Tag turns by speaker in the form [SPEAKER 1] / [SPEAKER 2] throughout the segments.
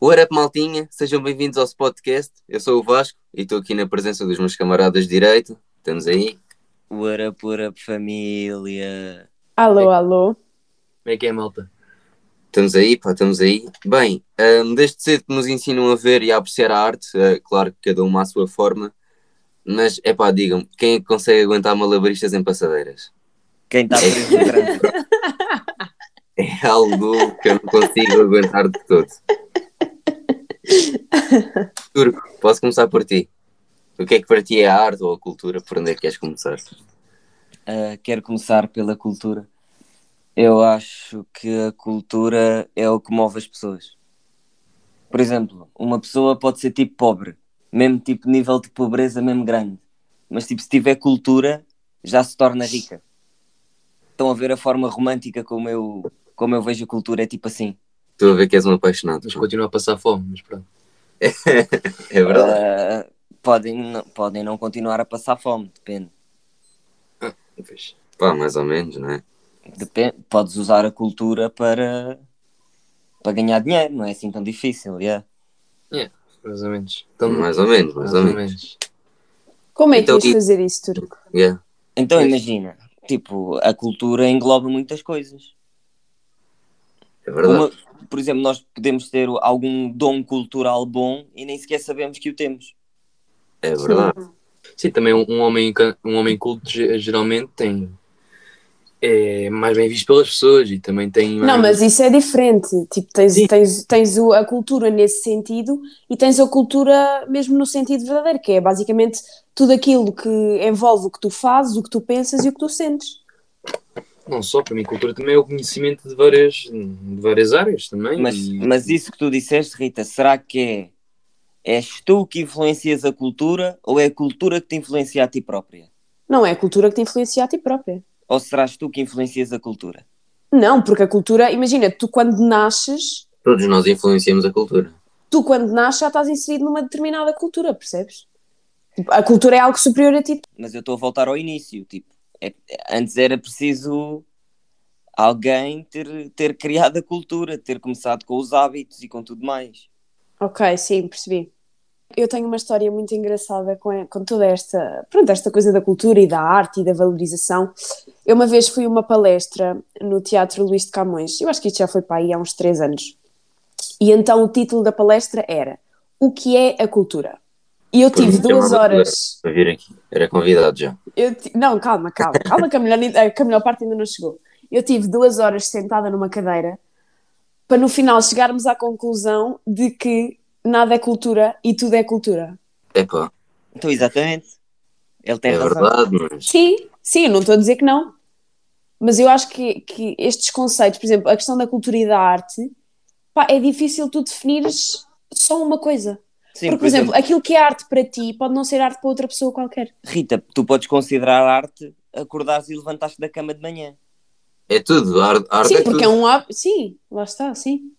[SPEAKER 1] What up, maltinha? Sejam bem-vindos ao podcast. Eu sou o Vasco e estou aqui na presença dos meus camaradas de direito. Estamos aí.
[SPEAKER 2] What up, what up, família?
[SPEAKER 3] Alô, alô.
[SPEAKER 4] Como é que é, malta?
[SPEAKER 1] Estamos aí, pá, estamos aí. Bem, hum, desde cedo que nos ensinam a ver e a apreciar a arte, eh, claro que cada uma à sua forma, mas é pá, digam-me, quem é que consegue aguentar malabaristas em passadeiras?
[SPEAKER 2] Quem tá está preso no trânsito?
[SPEAKER 1] É algo que eu não consigo aguentar de todo. Turco, posso começar por ti? O que é que para ti é a arte ou a cultura? Por onde é que queres começar?
[SPEAKER 2] Ah, quero começar pela cultura. Eu acho que a cultura é o que move as pessoas. Por exemplo, uma pessoa pode ser tipo pobre, mesmo tipo nível de pobreza, mesmo grande. Mas tipo, se tiver cultura, já se torna rica. Estão a ver a forma romântica como eu, como eu vejo a cultura? É tipo assim.
[SPEAKER 1] Estou a ver que és um apaixonado.
[SPEAKER 4] Mas
[SPEAKER 1] pá.
[SPEAKER 4] continua a passar fome, mas pronto.
[SPEAKER 1] É verdade.
[SPEAKER 2] Ah, podem, não, podem não continuar a passar fome, depende.
[SPEAKER 4] Pois.
[SPEAKER 1] Pá, mais ou menos, não é?
[SPEAKER 2] Depen- podes usar a cultura para, para ganhar dinheiro, não é assim tão difícil. Yeah.
[SPEAKER 4] Mais ou menos. Então,
[SPEAKER 1] Mais ou menos, mais ou menos.
[SPEAKER 3] Como é que
[SPEAKER 1] Então,
[SPEAKER 3] ias
[SPEAKER 1] e-
[SPEAKER 3] fazer isso, Turco?
[SPEAKER 1] Yeah.
[SPEAKER 2] Então
[SPEAKER 1] Pois.
[SPEAKER 2] imagina, tipo, a cultura engloba muitas coisas.
[SPEAKER 1] É verdade.
[SPEAKER 2] Uma- por exemplo, nós podemos ter algum dom cultural bom e nem sequer sabemos que o temos.
[SPEAKER 1] É verdade.
[SPEAKER 4] Sim, também um, um homem, ca- um homem culto ge- geralmente tem. É mais bem visto pelas pessoas e também tem. mais-
[SPEAKER 3] Não, mas isso é diferente. Tipo, tens,
[SPEAKER 4] Sim.
[SPEAKER 3] tens, tens o- a cultura nesse sentido e tens a cultura mesmo no sentido verdadeiro, que é basicamente tudo aquilo que envolve o que tu fazes, o que tu pensas e o que tu sentes.
[SPEAKER 4] Não só, para mim, cultura também é o conhecimento de várias, de várias áreas também.
[SPEAKER 2] Mas,
[SPEAKER 4] e-
[SPEAKER 1] Hum.
[SPEAKER 2] mas isso que tu disseste, Rita, será que é. És tu que influencias a cultura ou é a cultura que te influencia a ti própria?
[SPEAKER 3] Não é a cultura que te influencia a ti própria.
[SPEAKER 2] Ou serás tu que influencias a cultura?
[SPEAKER 3] Não, porque a cultura, imagina, tu quando nasces,
[SPEAKER 1] Todos nós influenciamos a cultura.
[SPEAKER 3] tu quando nasces já estás inserido numa determinada cultura, percebes? Tipo, A cultura é algo superior a ti.
[SPEAKER 2] mas eu estou a voltar ao início. Tipo, é- antes era preciso alguém ter, ter criado a cultura, ter começado com os hábitos e com tudo mais.
[SPEAKER 3] Ok, sim, percebi. Eu tenho uma história muito engraçada com, com toda esta, pronto, esta coisa da cultura e da arte e da valorização. Eu uma vez fui a uma palestra no Teatro Luís de Camões, eu acho que isto já foi para aí há uns três anos. E então o título da palestra era O que é a cultura? E eu
[SPEAKER 1] Pois,
[SPEAKER 3] tive
[SPEAKER 1] chamava
[SPEAKER 3] duas
[SPEAKER 1] de
[SPEAKER 3] horas.
[SPEAKER 1] Para vir aqui. Era convidado já.
[SPEAKER 3] Eu ti- Não, calma, calma, calma, que a melhor, ni- que a melhor parte ainda não chegou. Eu tive duas horas sentada numa cadeira para no final chegarmos à conclusão de que nada é cultura e tudo é cultura.
[SPEAKER 1] Epá,
[SPEAKER 2] Então, exatamente. Ele tem
[SPEAKER 1] é
[SPEAKER 2] razão.
[SPEAKER 1] verdade, mas.
[SPEAKER 3] Sim, sim, eu não estou a dizer que não. Mas eu acho que, que estes conceitos, por exemplo, a questão da cultura e da arte, pá, é difícil tu definires só uma coisa.
[SPEAKER 2] Sim,
[SPEAKER 3] Porque, por exemplo, aquilo que é arte para ti pode não ser arte para outra pessoa qualquer.
[SPEAKER 2] Rita, tu podes considerar arte acordares e levantaste da cama de manhã.
[SPEAKER 1] É tudo. A ar- a arte
[SPEAKER 3] sim,
[SPEAKER 1] é
[SPEAKER 3] porque
[SPEAKER 1] tudo.
[SPEAKER 3] é um hábito. Sim, lá está, sim.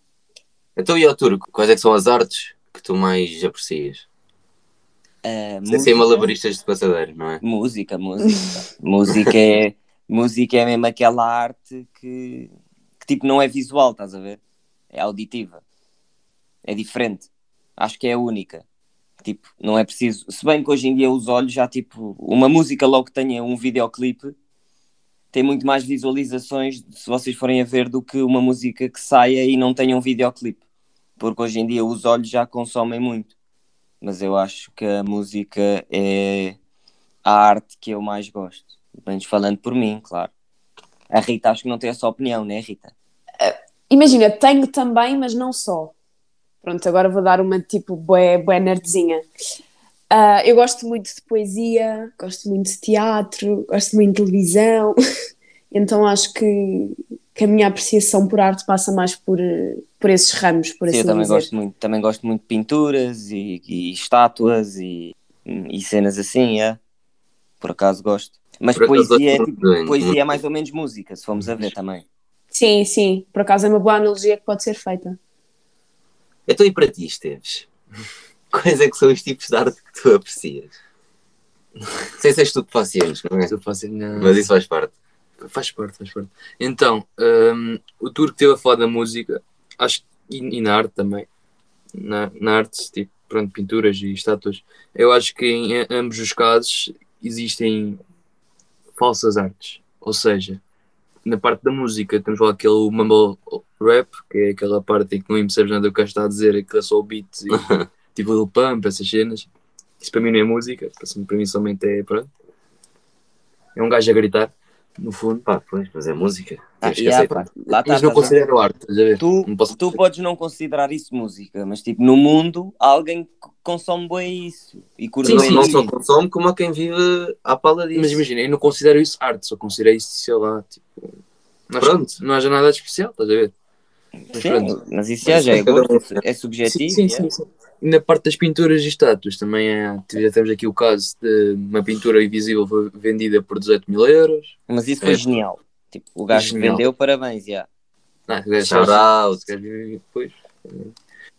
[SPEAKER 1] Então, e ao turco, quais é que são as artes que tu mais aprecias? é
[SPEAKER 2] Ah,
[SPEAKER 1] Sem ser malabaristas de passadeiro, não é?
[SPEAKER 2] Música, música. música, é, música é mesmo aquela arte que, que tipo não é visual, estás a ver? É auditiva. É diferente. Acho que é a única. Tipo, não é preciso. Se bem que hoje em dia os olhos já, tipo, uma música logo que tenha um videoclipe tem muito mais visualizações, se vocês forem a ver, do que uma música que saia e não tenha um videoclipe. Porque hoje em dia os olhos já consomem muito. Mas eu acho que a música é a arte que eu mais gosto. Vamos falando por mim, claro. A Rita acho que não tem essa opinião, né, Rita?
[SPEAKER 3] Imagina, tenho também, mas não só. Pronto, agora vou dar uma tipo bué, bué nerdzinha. Ah, eu gosto muito de poesia, gosto muito de teatro, gosto muito de televisão. Então acho que, que a minha apreciação por arte passa mais por, eh, por esses ramos, por
[SPEAKER 2] Sim,
[SPEAKER 3] assim
[SPEAKER 2] eu também
[SPEAKER 3] dizer.
[SPEAKER 2] gosto muito, também gosto muito de pinturas e, e estátuas e, e cenas assim, é. Por acaso gosto. Mas
[SPEAKER 1] Por acaso,
[SPEAKER 2] poesia, é,
[SPEAKER 1] gosto
[SPEAKER 2] tipo,
[SPEAKER 1] muito de-
[SPEAKER 2] poesia é mais ou menos música, se formos a ver também.
[SPEAKER 3] Sim, sim, por acaso é uma boa analogia que pode ser feita.
[SPEAKER 1] Então, e para ti, Esteves? Quais é que são os tipos de arte que tu aprecias? Sem ser estupefacientes, não é?
[SPEAKER 4] Mas eu faço- não.
[SPEAKER 1] Mas isso faz parte.
[SPEAKER 4] Faz parte, faz parte. Então, hum, o Turco esteve a falar da música, acho que e, e na arte também. na, na arte, tipo, pronto, pinturas e estátuas. Eu acho que em a- ambos os casos existem falsas artes. Ou seja, na parte da música temos lá aquele mumble rap, que é aquela parte em que não percebes nada do que está a dizer, aquilo é só o beat, e, tipo Lil Pump, essas cenas. Isso para mim não é música, para mim somente é, pronto. É um gajo a gritar, no fundo.
[SPEAKER 1] Pá, pois, mas é música.
[SPEAKER 2] Ah,
[SPEAKER 1] Temos que
[SPEAKER 2] yeah,
[SPEAKER 1] aceitar.
[SPEAKER 2] pá, lá tá,
[SPEAKER 4] Mas
[SPEAKER 2] estás a
[SPEAKER 4] não
[SPEAKER 2] ver.
[SPEAKER 4] considero arte, estás a ver?
[SPEAKER 2] Tu,
[SPEAKER 4] Não posso-
[SPEAKER 2] tu podes não considerar isso música, mas tipo, no mundo há alguém que consome bem isso e curte
[SPEAKER 1] Sim,
[SPEAKER 2] bem
[SPEAKER 1] sim, não
[SPEAKER 2] isso.
[SPEAKER 1] só consome, como a quem vive à pala disso.
[SPEAKER 4] Mas imagina, eu não considero isso arte, só considero isso, sei lá, tipo. Não acho-
[SPEAKER 1] Pronto.
[SPEAKER 4] Não haja nada de especial, estás a ver? Mas pronto.
[SPEAKER 2] Sim, mas isso já, já é
[SPEAKER 1] Cada um-
[SPEAKER 2] gosto, é subjetivo.
[SPEAKER 4] sim,
[SPEAKER 2] é.
[SPEAKER 4] sim, sim. E na parte das pinturas e estátuas também é, já temos aqui o caso de uma pintura invisível foi vendida por 18 mil euros.
[SPEAKER 2] Mas isso foi
[SPEAKER 4] É.
[SPEAKER 2] genial. Tipo, o gajo que
[SPEAKER 4] Genial.
[SPEAKER 2] vendeu, parabéns, já.
[SPEAKER 4] Ah, se
[SPEAKER 1] Shout
[SPEAKER 4] queres-
[SPEAKER 1] out.
[SPEAKER 4] se queres viver depois.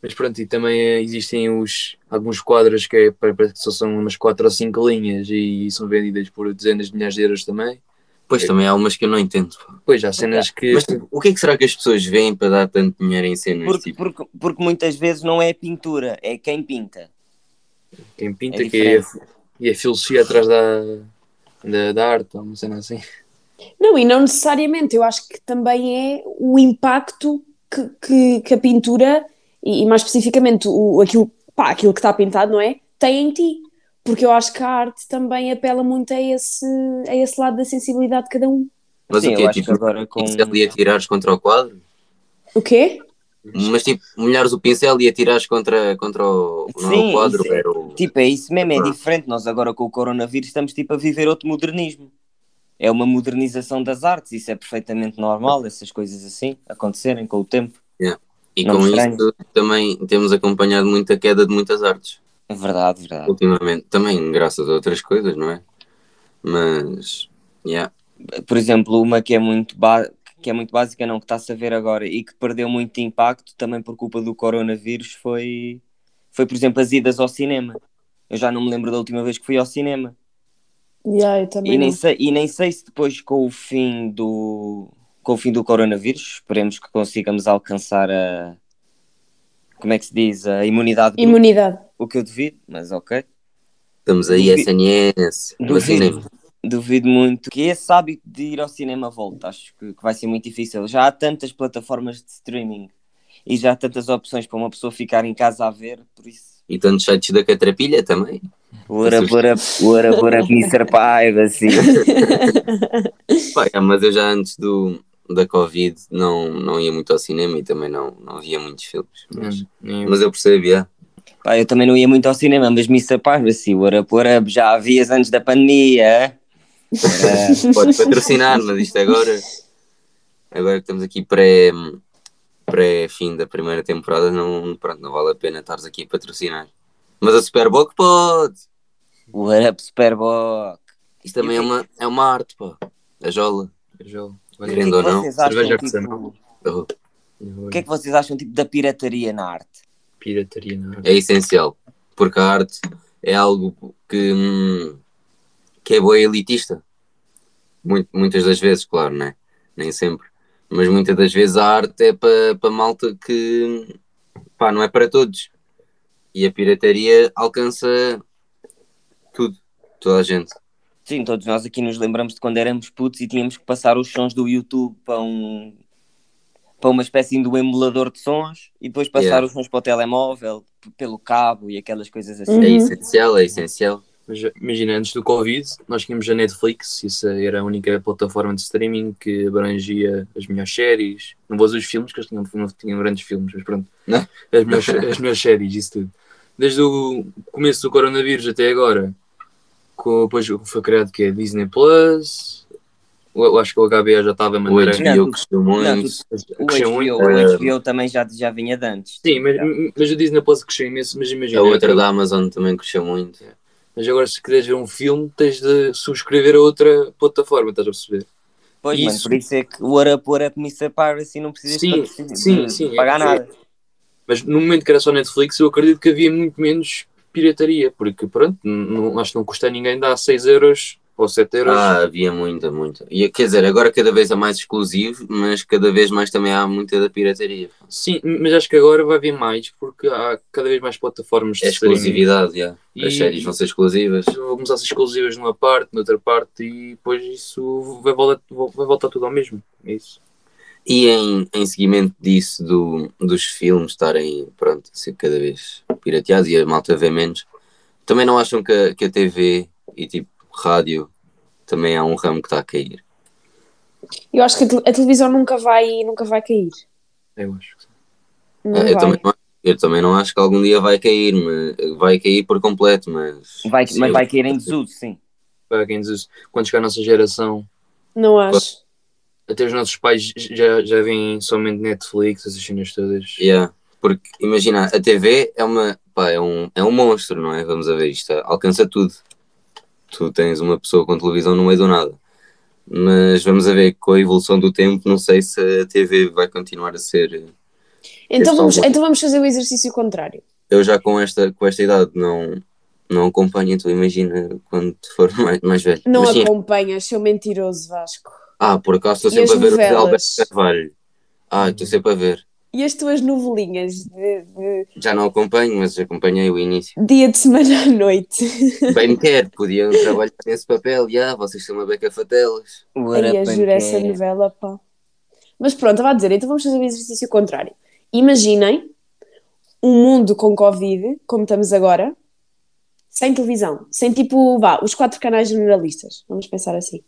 [SPEAKER 4] Mas pronto, e também eh, existem os, alguns quadros que é, para- para- só são umas 4 ou 5 linhas e, são vendidas por dezenas de milhares de euros também.
[SPEAKER 1] Pois também há umas que eu não entendo. pá.
[SPEAKER 4] Pois há cenas que.
[SPEAKER 1] Mas tipo, o que é que será que as pessoas veem para dar tanto dinheiro em cenas?
[SPEAKER 2] Porque,
[SPEAKER 1] tipo,
[SPEAKER 2] porque, porque muitas vezes não é pintura, é quem pinta.
[SPEAKER 4] Quem pinta
[SPEAKER 2] É
[SPEAKER 4] que é, e a filosofia atrás da, da, da arte, ou uma cena assim.
[SPEAKER 3] Não, e não necessariamente, eu acho que também é o impacto que, que, que a pintura, e, e mais especificamente o, aquilo, pá, aquilo que está pintado, não é? Tem em ti. Porque eu acho que a arte também apela muito a esse, a esse lado da sensibilidade de cada um.
[SPEAKER 1] mas
[SPEAKER 2] Sim,
[SPEAKER 1] o que
[SPEAKER 2] eu
[SPEAKER 1] é
[SPEAKER 2] acho
[SPEAKER 1] tipo
[SPEAKER 2] que agora com.
[SPEAKER 1] pincel e atirares contra o quadro?
[SPEAKER 3] O quê?
[SPEAKER 1] Mas tipo, molhares o pincel e atirares contra, contra o, não é
[SPEAKER 2] Sim,
[SPEAKER 1] o quadro,
[SPEAKER 2] isso é-
[SPEAKER 1] era o.
[SPEAKER 2] Tipo, é isso mesmo, é
[SPEAKER 1] Ah.
[SPEAKER 2] diferente. Nós agora com o coronavírus estamos tipo a viver outro modernismo. É uma modernização das artes, isso é perfeitamente normal, essas coisas assim acontecerem com o tempo.
[SPEAKER 1] e
[SPEAKER 2] não
[SPEAKER 1] com
[SPEAKER 2] estranho.
[SPEAKER 1] isso também temos acompanhado muito a queda de muitas artes.
[SPEAKER 2] É verdade, verdade.
[SPEAKER 1] ultimamente. Também graças a outras coisas, não é? Mas, yeah.
[SPEAKER 2] Por exemplo, uma que é muito, ba- que é muito básica, não, que está-se a ver agora e que perdeu muito impacto também por culpa do coronavírus foi, foi por exemplo, as idas ao cinema. Eu já não me lembro da última vez que fui ao cinema.
[SPEAKER 3] Yeah, eu também
[SPEAKER 2] E nem,
[SPEAKER 3] não.
[SPEAKER 2] sei, e nem sei se depois com o fim do com o fim do coronavírus, esperemos que consigamos alcançar a como é que se diz, a imunidade, de grupo,
[SPEAKER 3] Imunidade.
[SPEAKER 2] o que eu duvido, mas ok.
[SPEAKER 1] Estamos aí,
[SPEAKER 2] Duvi-
[SPEAKER 1] SNS.
[SPEAKER 2] Duvido.
[SPEAKER 1] Vacinem.
[SPEAKER 2] Duvido muito que esse hábito de ir ao cinema volta, acho que, que vai ser muito difícil. Já há tantas plataformas de streaming e já há tantas opções para uma pessoa ficar em casa a ver, por isso.
[SPEAKER 1] E tantos sites da Catrapilha também.
[SPEAKER 2] What up, what up, what up, what up, Mr. Privacy.
[SPEAKER 1] Pá, yeah, mas eu já antes do, da Covid não, não ia muito ao cinema e também não, não via muitos filmes. Mas,
[SPEAKER 4] Nem-
[SPEAKER 1] mas eu percebo, yeah.
[SPEAKER 2] Pá, eu também não ia muito ao cinema, mas Mr. Privacy, what up, what up, já havias antes da pandemia, é? What up?
[SPEAKER 1] Pode patrocinar, mas isto agora. Agora que estamos aqui pré. Pré-fim da primeira temporada, não, pronto, não vale a pena estares aqui a patrocinar. Mas a Superboc pode!
[SPEAKER 2] What up, Superboc?
[SPEAKER 1] Isto também é uma, é uma arte, pô. A Jola.
[SPEAKER 4] Jogo.
[SPEAKER 2] O que
[SPEAKER 1] Querendo
[SPEAKER 2] é
[SPEAKER 1] ou
[SPEAKER 2] que
[SPEAKER 1] não,
[SPEAKER 2] vocês acham,
[SPEAKER 4] cerveja
[SPEAKER 2] tipo,
[SPEAKER 4] artesanal.
[SPEAKER 1] Oh,
[SPEAKER 2] o que é que vocês acham tipo, da pirataria na arte?
[SPEAKER 4] Pirataria, não é?
[SPEAKER 1] é essencial. Porque a arte é algo que, hum, que é boa elitista. Muito- muitas das vezes, claro, né? Nem sempre. Mas muitas das vezes a arte é para pa malta que hum, pá, não é para todos. E a pirataria alcança tudo, toda a gente.
[SPEAKER 2] Sim, todos nós aqui nos lembramos de quando éramos putos e tínhamos que passar os sons do YouTube para um para uma espécie de um emulador de sons e depois passar
[SPEAKER 1] Yeah.
[SPEAKER 2] os sons para o telemóvel, p- pelo cabo e aquelas coisas assim.
[SPEAKER 3] Uhum.
[SPEAKER 1] É essencial, é essencial.
[SPEAKER 4] Mas imagina, antes do Covid, nós tínhamos a Netflix, isso era a única plataforma de streaming que abrangia as melhores séries. Não vou dizer os filmes, que eles tinham, não tinham grandes filmes, mas pronto.
[SPEAKER 1] Não.
[SPEAKER 4] As melhores, as melhores séries, isso tudo. Desde o começo do coronavírus até agora, com, depois foi criado que é Disney Plus, eu, eu acho que o HBO já estava a
[SPEAKER 1] O
[SPEAKER 4] maneira.
[SPEAKER 1] HBO cresceu
[SPEAKER 2] Não,
[SPEAKER 1] muito.
[SPEAKER 2] tu- o,
[SPEAKER 4] Cresceu muito.
[SPEAKER 2] HBO, o HBO também já, já vinha de antes.
[SPEAKER 4] Sim, mas, mas o Disney Plus cresceu imenso, mas imagina.
[SPEAKER 2] é
[SPEAKER 1] A É outra da Amazon também cresceu muito.
[SPEAKER 4] Mas agora, se quiseres ver um filme, tens de subscrever a outra plataforma, estás a perceber?
[SPEAKER 2] Pois, mano,
[SPEAKER 4] Isso.
[SPEAKER 2] por isso é que o What Up, What Up, Mr. Piracy não precisas
[SPEAKER 4] Sim,
[SPEAKER 2] patrocinar-
[SPEAKER 4] sim,
[SPEAKER 2] de
[SPEAKER 4] sim,
[SPEAKER 2] pagar
[SPEAKER 4] é-
[SPEAKER 2] nada.
[SPEAKER 4] Mas no momento que era só Netflix, eu acredito que havia muito menos pirataria, porque pronto, não, acho que não custa a ninguém dar 6 euros ou 7 euros.
[SPEAKER 1] Ah, havia muita, muita. E, quer dizer, agora cada vez é mais exclusivo, mas cada vez mais também há muita da pirataria.
[SPEAKER 4] Sim, mas acho que agora vai haver mais, porque há cada vez mais plataformas de
[SPEAKER 1] É
[SPEAKER 4] streaming.
[SPEAKER 1] exclusividade, já. As
[SPEAKER 4] E-
[SPEAKER 1] séries vão ser exclusivas.
[SPEAKER 4] Vão começar a ser exclusivas numa parte, noutra parte, e depois isso vai voltar, vai voltar tudo ao mesmo. É isso.
[SPEAKER 1] E em, em seguimento disso, do, dos filmes estarem, pronto, a ser cada vez pirateados e a malta vê menos, também não acham que a, que a TV e tipo rádio também há um ramo que está a cair?
[SPEAKER 3] Eu acho que a, te- a televisão nunca vai, nunca vai cair.
[SPEAKER 4] Eu acho. que sim.
[SPEAKER 3] Não
[SPEAKER 1] Ah, eu,
[SPEAKER 3] vai.
[SPEAKER 1] também, não- eu também não acho que algum dia vai cair, mas, vai cair por completo, mas.
[SPEAKER 2] Vai,
[SPEAKER 1] Sim,
[SPEAKER 2] mas vai cair em desuso, sim.
[SPEAKER 4] Para quem diz isso, quando chegar a nossa geração,
[SPEAKER 3] Não acho.
[SPEAKER 4] até os nossos pais já, já veem somente Netflix, essas cenas todas.
[SPEAKER 1] Yeah, porque imagina, a TV é uma pá, é um, é um monstro, não é? Vamos a ver isto, alcança tudo. Tu tens uma pessoa com televisão no meio do nada. Mas vamos a ver com a evolução do tempo, não sei se a TV vai continuar a ser. eh,
[SPEAKER 3] Então
[SPEAKER 1] só
[SPEAKER 3] vamos,
[SPEAKER 1] uma-
[SPEAKER 3] então vamos fazer o exercício contrário.
[SPEAKER 1] Eu já com esta, com esta idade não, não acompanho, tu imagina quando for mais, mais velho.
[SPEAKER 3] Não
[SPEAKER 1] Mas sim,
[SPEAKER 3] acompanhas, seu mentiroso Vasco.
[SPEAKER 1] ah, por acaso estou
[SPEAKER 3] E
[SPEAKER 1] sempre a
[SPEAKER 3] as
[SPEAKER 1] ver o de
[SPEAKER 3] novelas?
[SPEAKER 1] Alberto Carvalho. Ah, estou sempre a ver.
[SPEAKER 3] E as tuas novelinhas de, de
[SPEAKER 1] Já não acompanho, mas acompanhei o início.
[SPEAKER 3] dia de semana à noite.
[SPEAKER 1] Bem me quer, podiam trabalhar nesse papel, já, vocês são uma beca fatelas.
[SPEAKER 2] O
[SPEAKER 3] Aí a
[SPEAKER 2] Arapanqué.
[SPEAKER 3] jura essa
[SPEAKER 2] é
[SPEAKER 3] novela, pá. Mas pronto, estava a dizer, então vamos fazer o exercício contrário. Imaginem um mundo com Covid, como estamos agora, sem televisão, sem tipo, vá, os quatro canais generalistas, vamos pensar assim.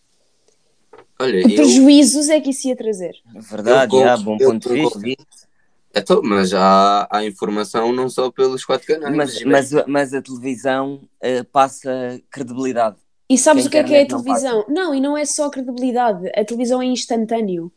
[SPEAKER 1] Olha,
[SPEAKER 3] Que
[SPEAKER 1] eu,
[SPEAKER 3] prejuízos é que isso ia trazer?
[SPEAKER 1] Eu
[SPEAKER 2] Verdade,
[SPEAKER 1] com-
[SPEAKER 2] há bom
[SPEAKER 1] eu
[SPEAKER 2] ponto
[SPEAKER 1] com
[SPEAKER 2] de vista.
[SPEAKER 1] então, mas há, há informação não só pelos quatro canais.
[SPEAKER 2] Mas, mas, mas a televisão eh, passa credibilidade.
[SPEAKER 3] E sabes
[SPEAKER 2] Que a
[SPEAKER 3] o que é que é a
[SPEAKER 2] internet não
[SPEAKER 3] televisão? Não, e não é só credibilidade, a televisão é instantâneo.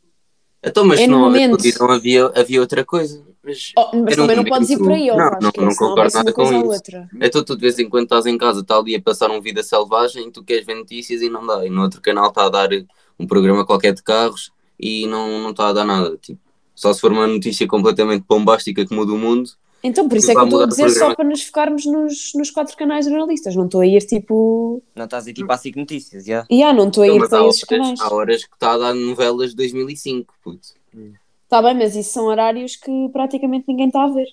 [SPEAKER 1] então, mas
[SPEAKER 3] é no
[SPEAKER 1] não,
[SPEAKER 3] momento.
[SPEAKER 1] não havia, havia outra coisa. Mas,
[SPEAKER 3] Oh, mas
[SPEAKER 1] Era um
[SPEAKER 3] também não
[SPEAKER 1] momento.
[SPEAKER 3] podes ir por aí, eu
[SPEAKER 1] Não,
[SPEAKER 3] acho
[SPEAKER 1] não-
[SPEAKER 3] que é,
[SPEAKER 1] não
[SPEAKER 3] senão
[SPEAKER 1] concordo
[SPEAKER 3] vai-se
[SPEAKER 1] nada
[SPEAKER 3] uma
[SPEAKER 1] com
[SPEAKER 3] coisa à
[SPEAKER 1] isso.
[SPEAKER 3] outra.
[SPEAKER 1] então tu de vez em quando estás em casa, está ali a passar um vida selvagem, tu queres ver notícias e não dá. E no outro canal está a dar um programa qualquer de carros e não, não está a dar nada. Tipo, só se for uma notícia completamente bombástica que muda o mundo.
[SPEAKER 3] Então, por isso é que
[SPEAKER 1] Vai
[SPEAKER 3] eu estou a
[SPEAKER 1] mudar o
[SPEAKER 3] dizer só
[SPEAKER 1] programa.
[SPEAKER 3] para nos focarmos nos, nos quatro canais jornalistas, não estou a ir tipo.
[SPEAKER 2] Não estás
[SPEAKER 1] Hum.
[SPEAKER 2] aqui para a SIC Notícias, já?
[SPEAKER 3] E ah, não estou a
[SPEAKER 1] Então,
[SPEAKER 3] ir
[SPEAKER 1] mas há
[SPEAKER 3] para esses
[SPEAKER 1] horas,
[SPEAKER 3] canais.
[SPEAKER 1] há horas que está a dar novelas de 2005, puto.
[SPEAKER 3] Está Tá bem, mas isso são horários que praticamente ninguém está a ver.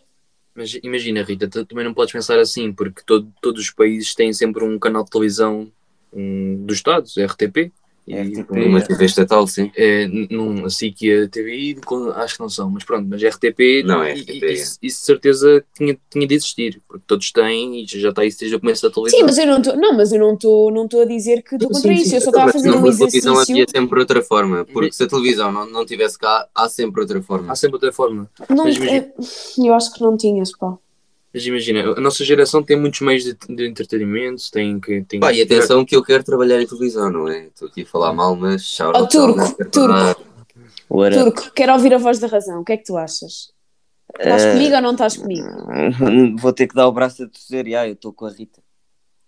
[SPEAKER 4] Mas imagina, Rita, tu também não podes pensar assim, porque todo- todos os países têm sempre um canal de televisão um, dos Estados, RTP. E- um,
[SPEAKER 2] RTP.
[SPEAKER 1] Uma TV estatal, sim.
[SPEAKER 4] É, n- não, a SIC e a TVI, com- acho que não são, mas pronto, mas RTP,
[SPEAKER 1] Não, é
[SPEAKER 4] e-
[SPEAKER 1] RTP,
[SPEAKER 4] e- Isso, isso de certeza tinha, tinha de existir, porque todos têm e já está isso desde o começo da
[SPEAKER 1] é.
[SPEAKER 4] televisão.
[SPEAKER 3] Sim, mas eu não estou, não, mas eu não estou, não estou a dizer que estou contra
[SPEAKER 4] Sim, sim,
[SPEAKER 3] isso. Eu só
[SPEAKER 4] sim,
[SPEAKER 3] estava a
[SPEAKER 1] Mas é
[SPEAKER 3] fazer
[SPEAKER 1] se não
[SPEAKER 3] um
[SPEAKER 1] fosse televisão
[SPEAKER 3] exercício.
[SPEAKER 1] havia sempre outra forma, porque se a televisão não, não tivesse cá, há sempre outra forma.
[SPEAKER 4] Há sempre outra forma.
[SPEAKER 3] Não,
[SPEAKER 4] Mas imagina.
[SPEAKER 3] eh, eu acho que não tinhas, pá.
[SPEAKER 4] Mas imagina, a nossa geração tem muitos meios de, de entretenimento, tem que. Tem
[SPEAKER 1] Pá, e atenção que eu quero trabalhar em televisão, não é? Estou aqui a falar mal, mas shout
[SPEAKER 3] Ó,
[SPEAKER 1] out ao
[SPEAKER 3] Oh, turco,
[SPEAKER 1] Alberto
[SPEAKER 3] turco.
[SPEAKER 1] Carvalho.
[SPEAKER 2] O Ara-
[SPEAKER 3] Turco, quero ouvir a voz da razão. O que é que tu achas? Estás comigo ou não estás comigo?
[SPEAKER 2] Vou ter que dar o braço a torcer, já, eu estou com a Rita.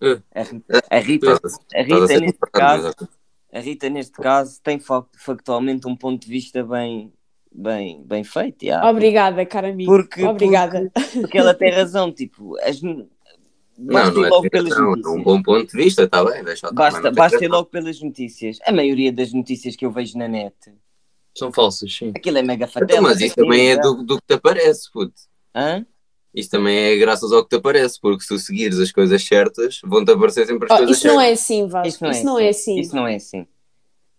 [SPEAKER 4] Eh.
[SPEAKER 2] A Rita, a Rita,
[SPEAKER 1] Estás a-
[SPEAKER 2] a
[SPEAKER 1] É. estás a
[SPEAKER 2] Rita
[SPEAKER 1] ser
[SPEAKER 2] neste
[SPEAKER 1] comparado,
[SPEAKER 2] caso,
[SPEAKER 1] mas ok.
[SPEAKER 2] a Rita neste caso tem fa- factualmente um ponto de vista bem, bem, bem feito, já.
[SPEAKER 3] Obrigada, cara amigo.
[SPEAKER 2] Porque-
[SPEAKER 3] Obrigada.
[SPEAKER 2] porque ela tem razão, tipo, as... no-
[SPEAKER 1] Não,
[SPEAKER 2] basta
[SPEAKER 1] não
[SPEAKER 2] ir
[SPEAKER 1] é
[SPEAKER 2] logo
[SPEAKER 1] televisão,
[SPEAKER 2] pelas
[SPEAKER 1] é um
[SPEAKER 2] notícias.
[SPEAKER 1] bom ponto de vista, está bem, deixa eu
[SPEAKER 2] Basta,
[SPEAKER 1] tomar, não
[SPEAKER 2] basta ir
[SPEAKER 1] tem
[SPEAKER 2] logo pelas notícias. A maioria das notícias que eu vejo na net,
[SPEAKER 4] São falsas, sim.
[SPEAKER 2] aquilo é mega
[SPEAKER 1] graça.
[SPEAKER 2] fatela. assim,
[SPEAKER 1] Então, mas isso também é do, do que te aparece, puto.
[SPEAKER 2] Hã?
[SPEAKER 1] Isto também é graças ao que te aparece, porque se tu seguires as coisas certas, vão-te aparecer sempre as
[SPEAKER 3] Oh,
[SPEAKER 1] coisas
[SPEAKER 3] isso não
[SPEAKER 1] certas.
[SPEAKER 3] é assim, Vasco. Isso não, é assim.
[SPEAKER 2] Isso não é assim.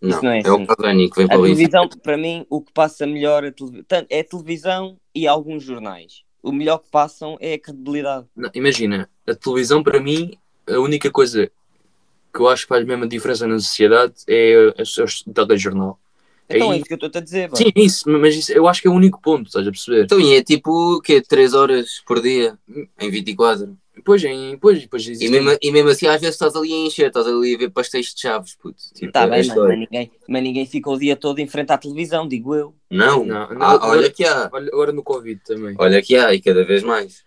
[SPEAKER 1] Não,
[SPEAKER 2] isso não é
[SPEAKER 1] é o
[SPEAKER 2] assim.
[SPEAKER 1] Cavani que vem
[SPEAKER 2] A
[SPEAKER 1] para o Benfica.
[SPEAKER 2] televisão, para mim, o que passa melhor a televi- tanto- é a televisão e alguns jornais. O melhor que passam é a credibilidade.
[SPEAKER 4] Não, imagina, a televisão para mim, a única coisa que eu acho que faz mesmo a diferença na sociedade é a- a- o telejornal.
[SPEAKER 2] Então é
[SPEAKER 4] Aí-
[SPEAKER 2] isso que eu estou a dizer. vá.
[SPEAKER 4] Sim, isso, mas isso, eu acho que é o único ponto, estás a perceber?
[SPEAKER 1] Então, e é tipo o quê? 3 horas por dia em 24.
[SPEAKER 4] Depois, em, depois, depois
[SPEAKER 1] E
[SPEAKER 4] é, existe.
[SPEAKER 1] mesmo, e mesmo assim, às vezes estás ali a encher, estás ali a ver pastéis de chaves, puto. Tipo, é
[SPEAKER 2] Tá
[SPEAKER 1] a
[SPEAKER 2] bem, mas,
[SPEAKER 1] história.
[SPEAKER 2] mas ninguém, mas ninguém fica o dia todo em frente à televisão, digo eu.
[SPEAKER 1] Não,
[SPEAKER 4] Não, não,
[SPEAKER 1] Ah, olha
[SPEAKER 4] agora-
[SPEAKER 1] que há,
[SPEAKER 4] Olha, agora no Covid também.
[SPEAKER 1] olha que há, e cada vez mais.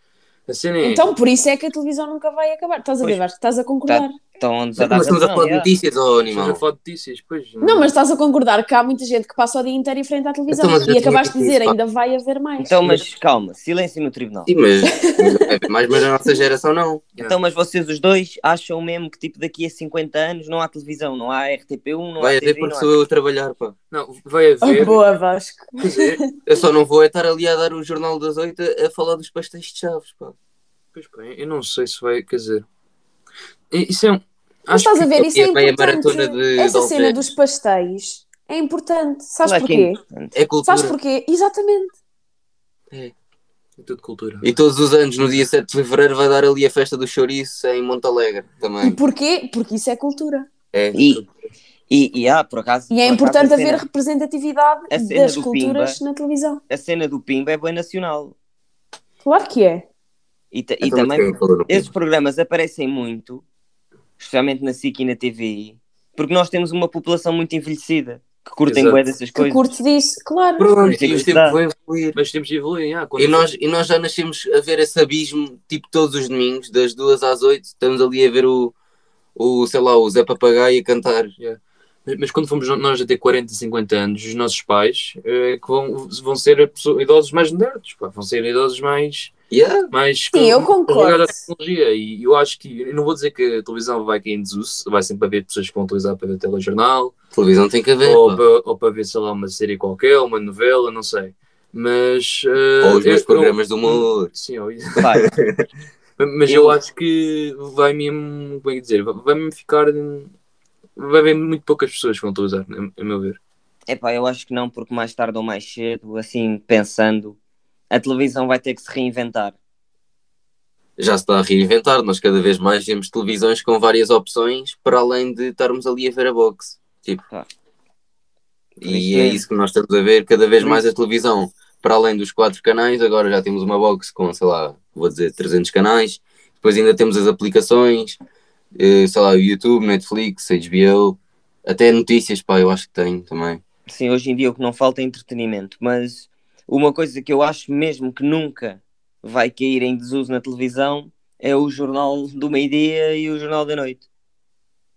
[SPEAKER 4] A cena é.
[SPEAKER 3] Então, por isso é que a televisão nunca vai acabar. Estás a ver,
[SPEAKER 4] Pois.
[SPEAKER 3] Vasco? Estás a concordar.
[SPEAKER 2] Estão-nos a dar
[SPEAKER 1] Mas estamos a
[SPEAKER 2] razão,
[SPEAKER 1] falar de
[SPEAKER 2] yeah.
[SPEAKER 1] notícias ou
[SPEAKER 4] Estás a
[SPEAKER 1] animal?
[SPEAKER 4] falar de notícias, pois.
[SPEAKER 3] Não, mas estás a concordar que há muita gente que passa o dia inteiro em frente à televisão
[SPEAKER 1] Então, mas eu
[SPEAKER 3] e
[SPEAKER 1] tinha
[SPEAKER 3] acabaste de
[SPEAKER 1] dito
[SPEAKER 3] dizer,
[SPEAKER 1] isso, pá.
[SPEAKER 3] ainda vai haver mais.
[SPEAKER 2] Então, mas calma, silêncio no tribunal.
[SPEAKER 1] Sim, mas, mas, é mas, mas a nossa geração não.
[SPEAKER 2] Então, mas vocês os dois acham mesmo que tipo daqui a 50 anos não há televisão, não há RTP1, não
[SPEAKER 1] Vai
[SPEAKER 2] há
[SPEAKER 1] haver
[SPEAKER 2] TV,
[SPEAKER 1] porque
[SPEAKER 2] não há...
[SPEAKER 1] sou eu a trabalhar, pá.
[SPEAKER 4] Não, vai
[SPEAKER 3] Oh,
[SPEAKER 4] haver.
[SPEAKER 3] boa, Vasco.
[SPEAKER 4] quer dizer,
[SPEAKER 1] Eu só não vou é estar ali a dar o Jornal das Oito a a falar dos pastéis de chaves, pá.
[SPEAKER 4] Pois bem, eu não sei se vai, quer dizer. I- Isso é um.
[SPEAKER 3] Mas
[SPEAKER 4] Acho
[SPEAKER 3] estás a ver, isso é
[SPEAKER 1] é meia maratona
[SPEAKER 3] importante.
[SPEAKER 1] de-
[SPEAKER 3] Essa
[SPEAKER 1] de
[SPEAKER 3] cena
[SPEAKER 1] Algés.
[SPEAKER 3] dos pastéis é importante. Sabes
[SPEAKER 2] Claro que é
[SPEAKER 3] porquê?
[SPEAKER 2] importante.
[SPEAKER 1] É cultura.
[SPEAKER 3] Sabes porquê? Exatamente.
[SPEAKER 4] que é tudo cultura.
[SPEAKER 1] E todos os anos, no dia 7 de fevereiro, vai dar ali a festa do chouriço em Montalegre
[SPEAKER 3] E
[SPEAKER 1] também.
[SPEAKER 3] porquê? Porque isso é cultura.
[SPEAKER 1] É.
[SPEAKER 2] E, e, e há, por acaso.
[SPEAKER 3] E é
[SPEAKER 2] por acaso,
[SPEAKER 3] importante
[SPEAKER 2] a cena,
[SPEAKER 3] haver representatividade
[SPEAKER 2] a cena
[SPEAKER 3] das
[SPEAKER 2] do
[SPEAKER 3] culturas na televisão.
[SPEAKER 2] A cena do Pimba é boa nacional.
[SPEAKER 3] Claro que é.
[SPEAKER 2] E, ta- e
[SPEAKER 1] Então,
[SPEAKER 2] também.
[SPEAKER 1] mas quem falou no
[SPEAKER 2] Esses programas aparecem muito, especialmente na SIC e na TVI, porque nós temos uma população muito envelhecida que curtem
[SPEAKER 4] Exato.
[SPEAKER 2] bué dessas
[SPEAKER 3] Que
[SPEAKER 2] coisas.
[SPEAKER 3] curte disso, claro.
[SPEAKER 1] Pronto,
[SPEAKER 2] Sim,
[SPEAKER 1] e os
[SPEAKER 2] sim,
[SPEAKER 1] tempos
[SPEAKER 2] sim.
[SPEAKER 1] vão evoluir.
[SPEAKER 4] Mas temos de evoluir, ah, quando-
[SPEAKER 1] E nós, e nós já nascemos a ver esse abismo, tipo todos os domingos, das 2 às 8, estamos ali a ver o, o sei lá, o Zé Papagaio a cantar.
[SPEAKER 4] Mas, mas quando fomos no- nós a ter 40, 50 anos, os nossos pais eh, que vão, vão ser a pessoa- idosos mais nerds, pá, vão ser idosos mais.
[SPEAKER 1] Yeah.
[SPEAKER 4] mais
[SPEAKER 3] Sim, eu concordo.
[SPEAKER 4] ligados à tecnologia. E eu acho que. Eu não vou dizer que a televisão vai cair em desuso, vai sempre haver pessoas que vão utilizar para ver telejornal,
[SPEAKER 1] televisão tem que haver.
[SPEAKER 4] ou
[SPEAKER 1] pá.
[SPEAKER 4] para, ou para ver, sei lá, uma série qualquer, uma novela, não sei. Mas. eh,
[SPEAKER 1] Ou os meus
[SPEAKER 4] eu-
[SPEAKER 1] programas do humor.
[SPEAKER 4] Eu, sim, eu,
[SPEAKER 2] Vai,
[SPEAKER 4] Mas
[SPEAKER 2] Eu-
[SPEAKER 4] eu, acho que vai mesmo, como é que dizer, vai- vai mesmo ficar. Vai haver muito poucas pessoas que vão utilizar, a a meu ver.
[SPEAKER 2] Epá, eu acho que não, porque mais tarde ou mais cedo, assim pensando, a televisão vai ter que se reinventar.
[SPEAKER 1] Já se está a reinventar, nós cada vez mais temos televisões com várias opções, para além de estarmos ali a ver a boxe. Tipo.
[SPEAKER 2] Claro.
[SPEAKER 1] E é isso que nós estamos a ver, cada vez mais a televisão. Para além dos quatro canais, agora já temos uma box com, sei lá, vou dizer 300 canais. Depois ainda temos as aplicações, eh, sei lá, o YouTube, Netflix, HBO, até notícias, pá, eu acho que tenho também.
[SPEAKER 2] Sim, hoje em dia o que não falta é entretenimento, mas uma coisa que eu acho mesmo que nunca vai cair em desuso na televisão é o jornal do meio-dia e o jornal da noite.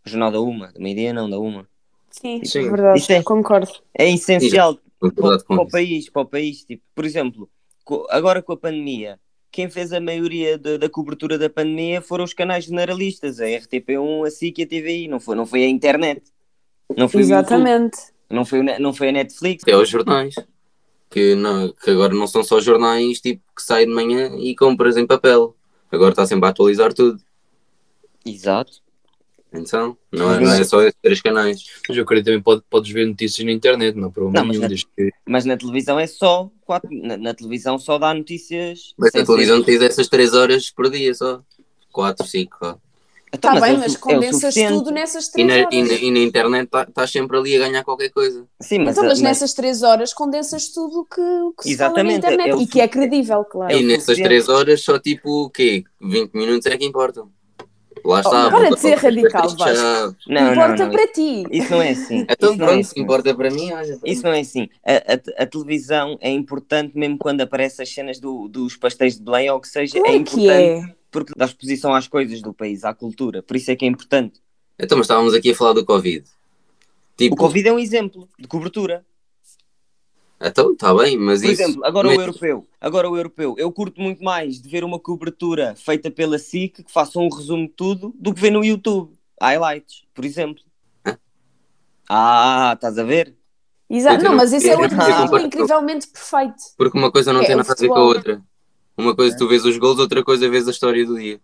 [SPEAKER 2] O jornal da uma, do meio-dia não, da uma.
[SPEAKER 3] Sim,
[SPEAKER 4] Sim.
[SPEAKER 2] Isso
[SPEAKER 3] verdade.
[SPEAKER 2] é-
[SPEAKER 3] Concordo.
[SPEAKER 2] É essencial para,
[SPEAKER 1] Concordado com
[SPEAKER 2] para o
[SPEAKER 1] isso.
[SPEAKER 2] país, para o país. Tipo, por exemplo, co- agora com a pandemia, quem fez a maioria da- da cobertura da pandemia foram os canais generalistas, a RTP1, a SIC e a TVI, não foi, não foi a internet, não foi, o YouTube,
[SPEAKER 3] Exatamente.
[SPEAKER 2] não foi, o ne- não foi a Netflix.
[SPEAKER 1] Até aos jornais. Que, não, que agora não são só jornais tipo que sai de manhã e compras em papel. Agora está sempre a atualizar tudo.
[SPEAKER 2] Exato.
[SPEAKER 1] Então, não é, não é só esses três canais.
[SPEAKER 4] Mas eu creio que também pode, podes ver notícias na internet, não há problema
[SPEAKER 2] Não, mas
[SPEAKER 1] é-
[SPEAKER 4] nenhum.
[SPEAKER 2] na-
[SPEAKER 4] desde que-
[SPEAKER 2] Mas na televisão é só quatro, na, na televisão só dá notícias.
[SPEAKER 1] Mas
[SPEAKER 2] sem
[SPEAKER 1] a televisão tens essas três horas por dia só. Quatro, cinco. ó.
[SPEAKER 2] ser- Então,
[SPEAKER 3] Está Tá bem,
[SPEAKER 2] é o
[SPEAKER 3] mas
[SPEAKER 2] su- é o
[SPEAKER 3] condensas
[SPEAKER 2] suficiente.
[SPEAKER 3] tudo nessas
[SPEAKER 1] E
[SPEAKER 3] três
[SPEAKER 1] na,
[SPEAKER 3] horas.
[SPEAKER 1] e na- e na internet tá- estás sempre ali a ganhar qualquer coisa.
[SPEAKER 2] Sim, mas, é,
[SPEAKER 3] então, mas,
[SPEAKER 2] mas-
[SPEAKER 3] nessas três horas condensas tudo o que, o que se fala na
[SPEAKER 2] Exatamente,
[SPEAKER 3] internet
[SPEAKER 2] é o
[SPEAKER 3] e que é credível, claro.
[SPEAKER 2] É
[SPEAKER 1] e
[SPEAKER 2] o
[SPEAKER 1] nessas
[SPEAKER 2] suficiente.
[SPEAKER 1] três horas só tipo o quê? 20 minutos é que importam. Lá está.
[SPEAKER 3] para de
[SPEAKER 1] volta-
[SPEAKER 3] ser radical,
[SPEAKER 1] volta- já-
[SPEAKER 2] não, não,
[SPEAKER 3] Importa
[SPEAKER 2] não,
[SPEAKER 3] para ti.
[SPEAKER 2] Isso não é assim.
[SPEAKER 1] Então
[SPEAKER 2] isso não é
[SPEAKER 1] pronto, se
[SPEAKER 2] assim.
[SPEAKER 1] importa para mim, olha. para
[SPEAKER 2] Isso não é assim. A, a- a televisão é importante mesmo quando aparecem as cenas do- dos pastéis de Belém, ou que seja, é
[SPEAKER 3] Claro que
[SPEAKER 2] importante
[SPEAKER 3] é.
[SPEAKER 2] porque dá exposição às coisas do país, à cultura. Por isso é que é importante.
[SPEAKER 1] Então, mas estávamos aqui a falar do Covid. Tipo,
[SPEAKER 2] O Covid é um exemplo de cobertura.
[SPEAKER 1] Então, está bem, mas
[SPEAKER 2] Por
[SPEAKER 1] isso.
[SPEAKER 2] exemplo, agora
[SPEAKER 1] mas-
[SPEAKER 2] o europeu. Agora o europeu. Eu curto muito mais de ver uma cobertura feita pela SIC, que faça um resumo de tudo, do que ver no YouTube. Highlights, por exemplo.
[SPEAKER 1] Hã?
[SPEAKER 2] Ah, estás a ver?
[SPEAKER 3] Exato.
[SPEAKER 1] Pois é,
[SPEAKER 3] Não,
[SPEAKER 1] não-
[SPEAKER 3] mas isso é
[SPEAKER 1] eu
[SPEAKER 3] outro
[SPEAKER 2] não
[SPEAKER 3] exemplo
[SPEAKER 1] concordo.
[SPEAKER 3] incrivelmente perfeito.
[SPEAKER 1] Porque uma coisa não
[SPEAKER 3] É,
[SPEAKER 1] tem
[SPEAKER 3] o
[SPEAKER 1] nada a ver com a
[SPEAKER 3] futebol.
[SPEAKER 1] outra. Uma coisa tu vês os gols, outra coisa vês a história do dia.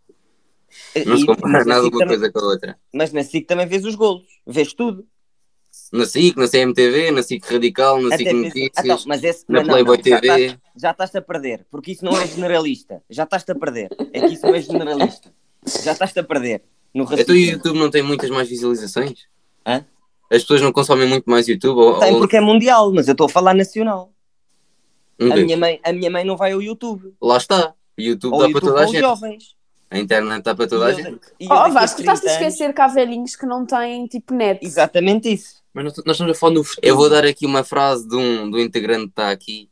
[SPEAKER 1] Não se
[SPEAKER 2] E-
[SPEAKER 1] compara
[SPEAKER 2] mas na
[SPEAKER 1] nada
[SPEAKER 2] SIC
[SPEAKER 1] uma
[SPEAKER 2] também-
[SPEAKER 1] coisa com a outra.
[SPEAKER 2] mas na SIC também vês os golos. Vês tudo.
[SPEAKER 1] Na SIC, na CMTV, na SIC Radical, na
[SPEAKER 2] Até
[SPEAKER 1] SIC
[SPEAKER 2] fez-
[SPEAKER 1] Tipo
[SPEAKER 2] Então,
[SPEAKER 1] assim, Notícias,
[SPEAKER 2] mas esse,
[SPEAKER 1] na
[SPEAKER 2] mas não,
[SPEAKER 1] Playboy
[SPEAKER 2] não, já estás-
[SPEAKER 1] TV.
[SPEAKER 2] já estás-te a perder, porque isso não é generalista. Já estás-te a perder. É que isso não é generalista. Já estás-te a perder. No
[SPEAKER 1] Então e o
[SPEAKER 2] raciocínio.
[SPEAKER 1] YouTube não tem muitas mais visualizações?
[SPEAKER 2] Hã?
[SPEAKER 1] As pessoas não consomem muito mais YouTube? Ou,
[SPEAKER 2] Tem
[SPEAKER 1] ou-
[SPEAKER 2] porque é mundial, mas eu estou a falar nacional.
[SPEAKER 1] Não
[SPEAKER 2] A
[SPEAKER 1] tem.
[SPEAKER 2] minha, mãe, a minha mãe não vai ao YouTube.
[SPEAKER 1] Lá está. O YouTube
[SPEAKER 2] Ou
[SPEAKER 1] dá
[SPEAKER 2] ao
[SPEAKER 1] para
[SPEAKER 2] YouTube
[SPEAKER 1] toda a
[SPEAKER 2] ou aos
[SPEAKER 1] gente.
[SPEAKER 2] jovens.
[SPEAKER 1] A internet dá para toda a
[SPEAKER 2] E eu-
[SPEAKER 1] gente.
[SPEAKER 2] e eu
[SPEAKER 3] Oh,
[SPEAKER 2] daqui a
[SPEAKER 3] Vasco, estás
[SPEAKER 2] 30
[SPEAKER 3] a
[SPEAKER 2] anos-
[SPEAKER 3] esquecer que há velhinhos que não têm tipo net.
[SPEAKER 2] Exatamente isso.
[SPEAKER 4] Mas nós, nós estamos a falar no futuro.
[SPEAKER 1] Eu vou dar aqui uma frase de um, do integrante que está aqui.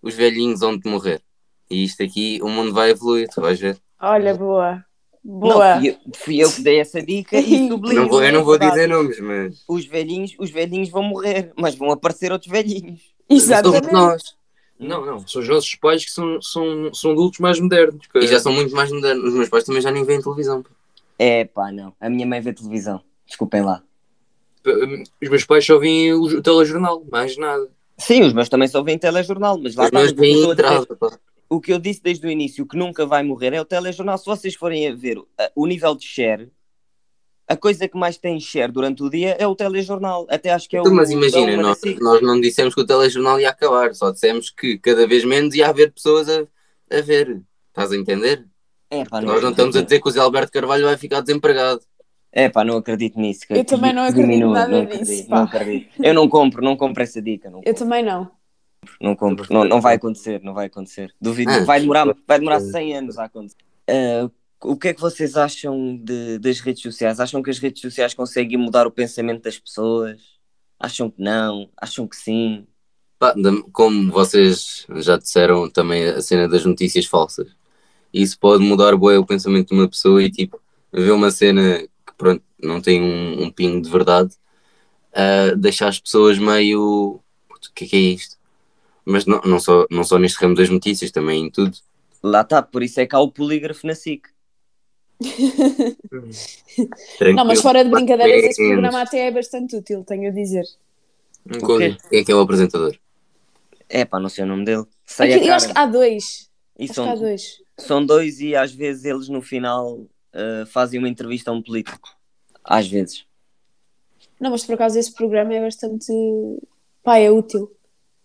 [SPEAKER 1] Os velhinhos vão de morrer. E isto aqui, o mundo vai evoluir, tu vais ver.
[SPEAKER 3] Olha, boa. Boa.
[SPEAKER 2] Não, fui eu, fui eu que dei essa dica e sublinho.
[SPEAKER 1] Não vou, eu não vou
[SPEAKER 2] Verdade.
[SPEAKER 1] dizer nomes, mas.
[SPEAKER 2] Os velhinhos, os velhinhos vão morrer, mas vão aparecer outros velhinhos.
[SPEAKER 1] Somos
[SPEAKER 3] Exatamente.
[SPEAKER 1] nós.
[SPEAKER 4] Não, não. São os nossos pais que são, são, são adultos mais modernos. que-
[SPEAKER 1] E já são muito mais modernos. Os meus pais também já nem veem televisão.
[SPEAKER 2] É pá, não. A minha mãe vê televisão. Desculpem lá.
[SPEAKER 4] eh, Os meus pais só veem o j- o telejornal, mais nada.
[SPEAKER 2] Sim, os meus também só veem telejornal, mas lá
[SPEAKER 1] Os
[SPEAKER 2] está,
[SPEAKER 1] meus
[SPEAKER 2] o que eu
[SPEAKER 1] veem
[SPEAKER 2] estou a dizer.
[SPEAKER 1] entrada. pá.
[SPEAKER 2] o que eu disse desde o início que nunca vai morrer é o telejornal. Se vocês forem a ver uh, o nível de share, a coisa que mais tem share durante o dia é o telejornal. Até acho que é
[SPEAKER 1] Então,
[SPEAKER 2] o.
[SPEAKER 1] mas imagina,
[SPEAKER 2] é o-
[SPEAKER 1] nós, nós não dissemos que o telejornal ia acabar, só dissemos que cada vez menos ia haver pessoas a, a ver. Estás a entender?
[SPEAKER 2] É pá,
[SPEAKER 1] Nós não estamos a dizer que o Zé Alberto Carvalho vai ficar desempregado.
[SPEAKER 2] É pá, não acredito nisso. que-
[SPEAKER 3] Eu também não acredito
[SPEAKER 2] diminua,
[SPEAKER 3] nada
[SPEAKER 2] não
[SPEAKER 3] disso,
[SPEAKER 2] acredito,
[SPEAKER 3] pá.
[SPEAKER 2] não acredito. Eu não compro, não compro essa dica. Não
[SPEAKER 3] Eu
[SPEAKER 2] compro,
[SPEAKER 3] também não.
[SPEAKER 2] não, compro. Não, não vai acontecer, não vai acontecer. Duvido.
[SPEAKER 1] Ah.
[SPEAKER 2] Vai demorar, vai demorar 100 anos a acontecer. Ah, o que é que vocês acham de- das redes sociais? Acham que as redes sociais conseguem mudar o pensamento das pessoas? Acham que não? Acham que sim?
[SPEAKER 1] Pá, da- como vocês já disseram também a cena das notícias falsas, isso pode mudar bué, o pensamento de uma pessoa e tipo, ver uma cena que pronto, não tem um, um pingo de verdade, ah, deixar as pessoas meio. "Puto, O que é que é isto? Mas não, não, só, não só neste ramo das notícias, também em tudo.
[SPEAKER 2] Lá está, por isso é que há o polígrafo na SIC.
[SPEAKER 1] Tranquilo.
[SPEAKER 3] Não, mas fora de brincadeiras,
[SPEAKER 1] Menos.
[SPEAKER 3] esse programa até é bastante útil, tenho a dizer.
[SPEAKER 4] Um
[SPEAKER 2] O
[SPEAKER 4] código.
[SPEAKER 1] Quem é que é o apresentador?
[SPEAKER 2] É pá, não sei o nome dele. Sei a
[SPEAKER 3] Aqui, eu
[SPEAKER 2] cara.
[SPEAKER 3] acho É que há dois.
[SPEAKER 2] E
[SPEAKER 3] Acho que há
[SPEAKER 2] são,
[SPEAKER 3] dois.
[SPEAKER 2] são dois e às vezes eles no final ah, fazem uma entrevista a um político. Às vezes.
[SPEAKER 3] Não, mas por acaso esse programa é bastante. pá, é útil.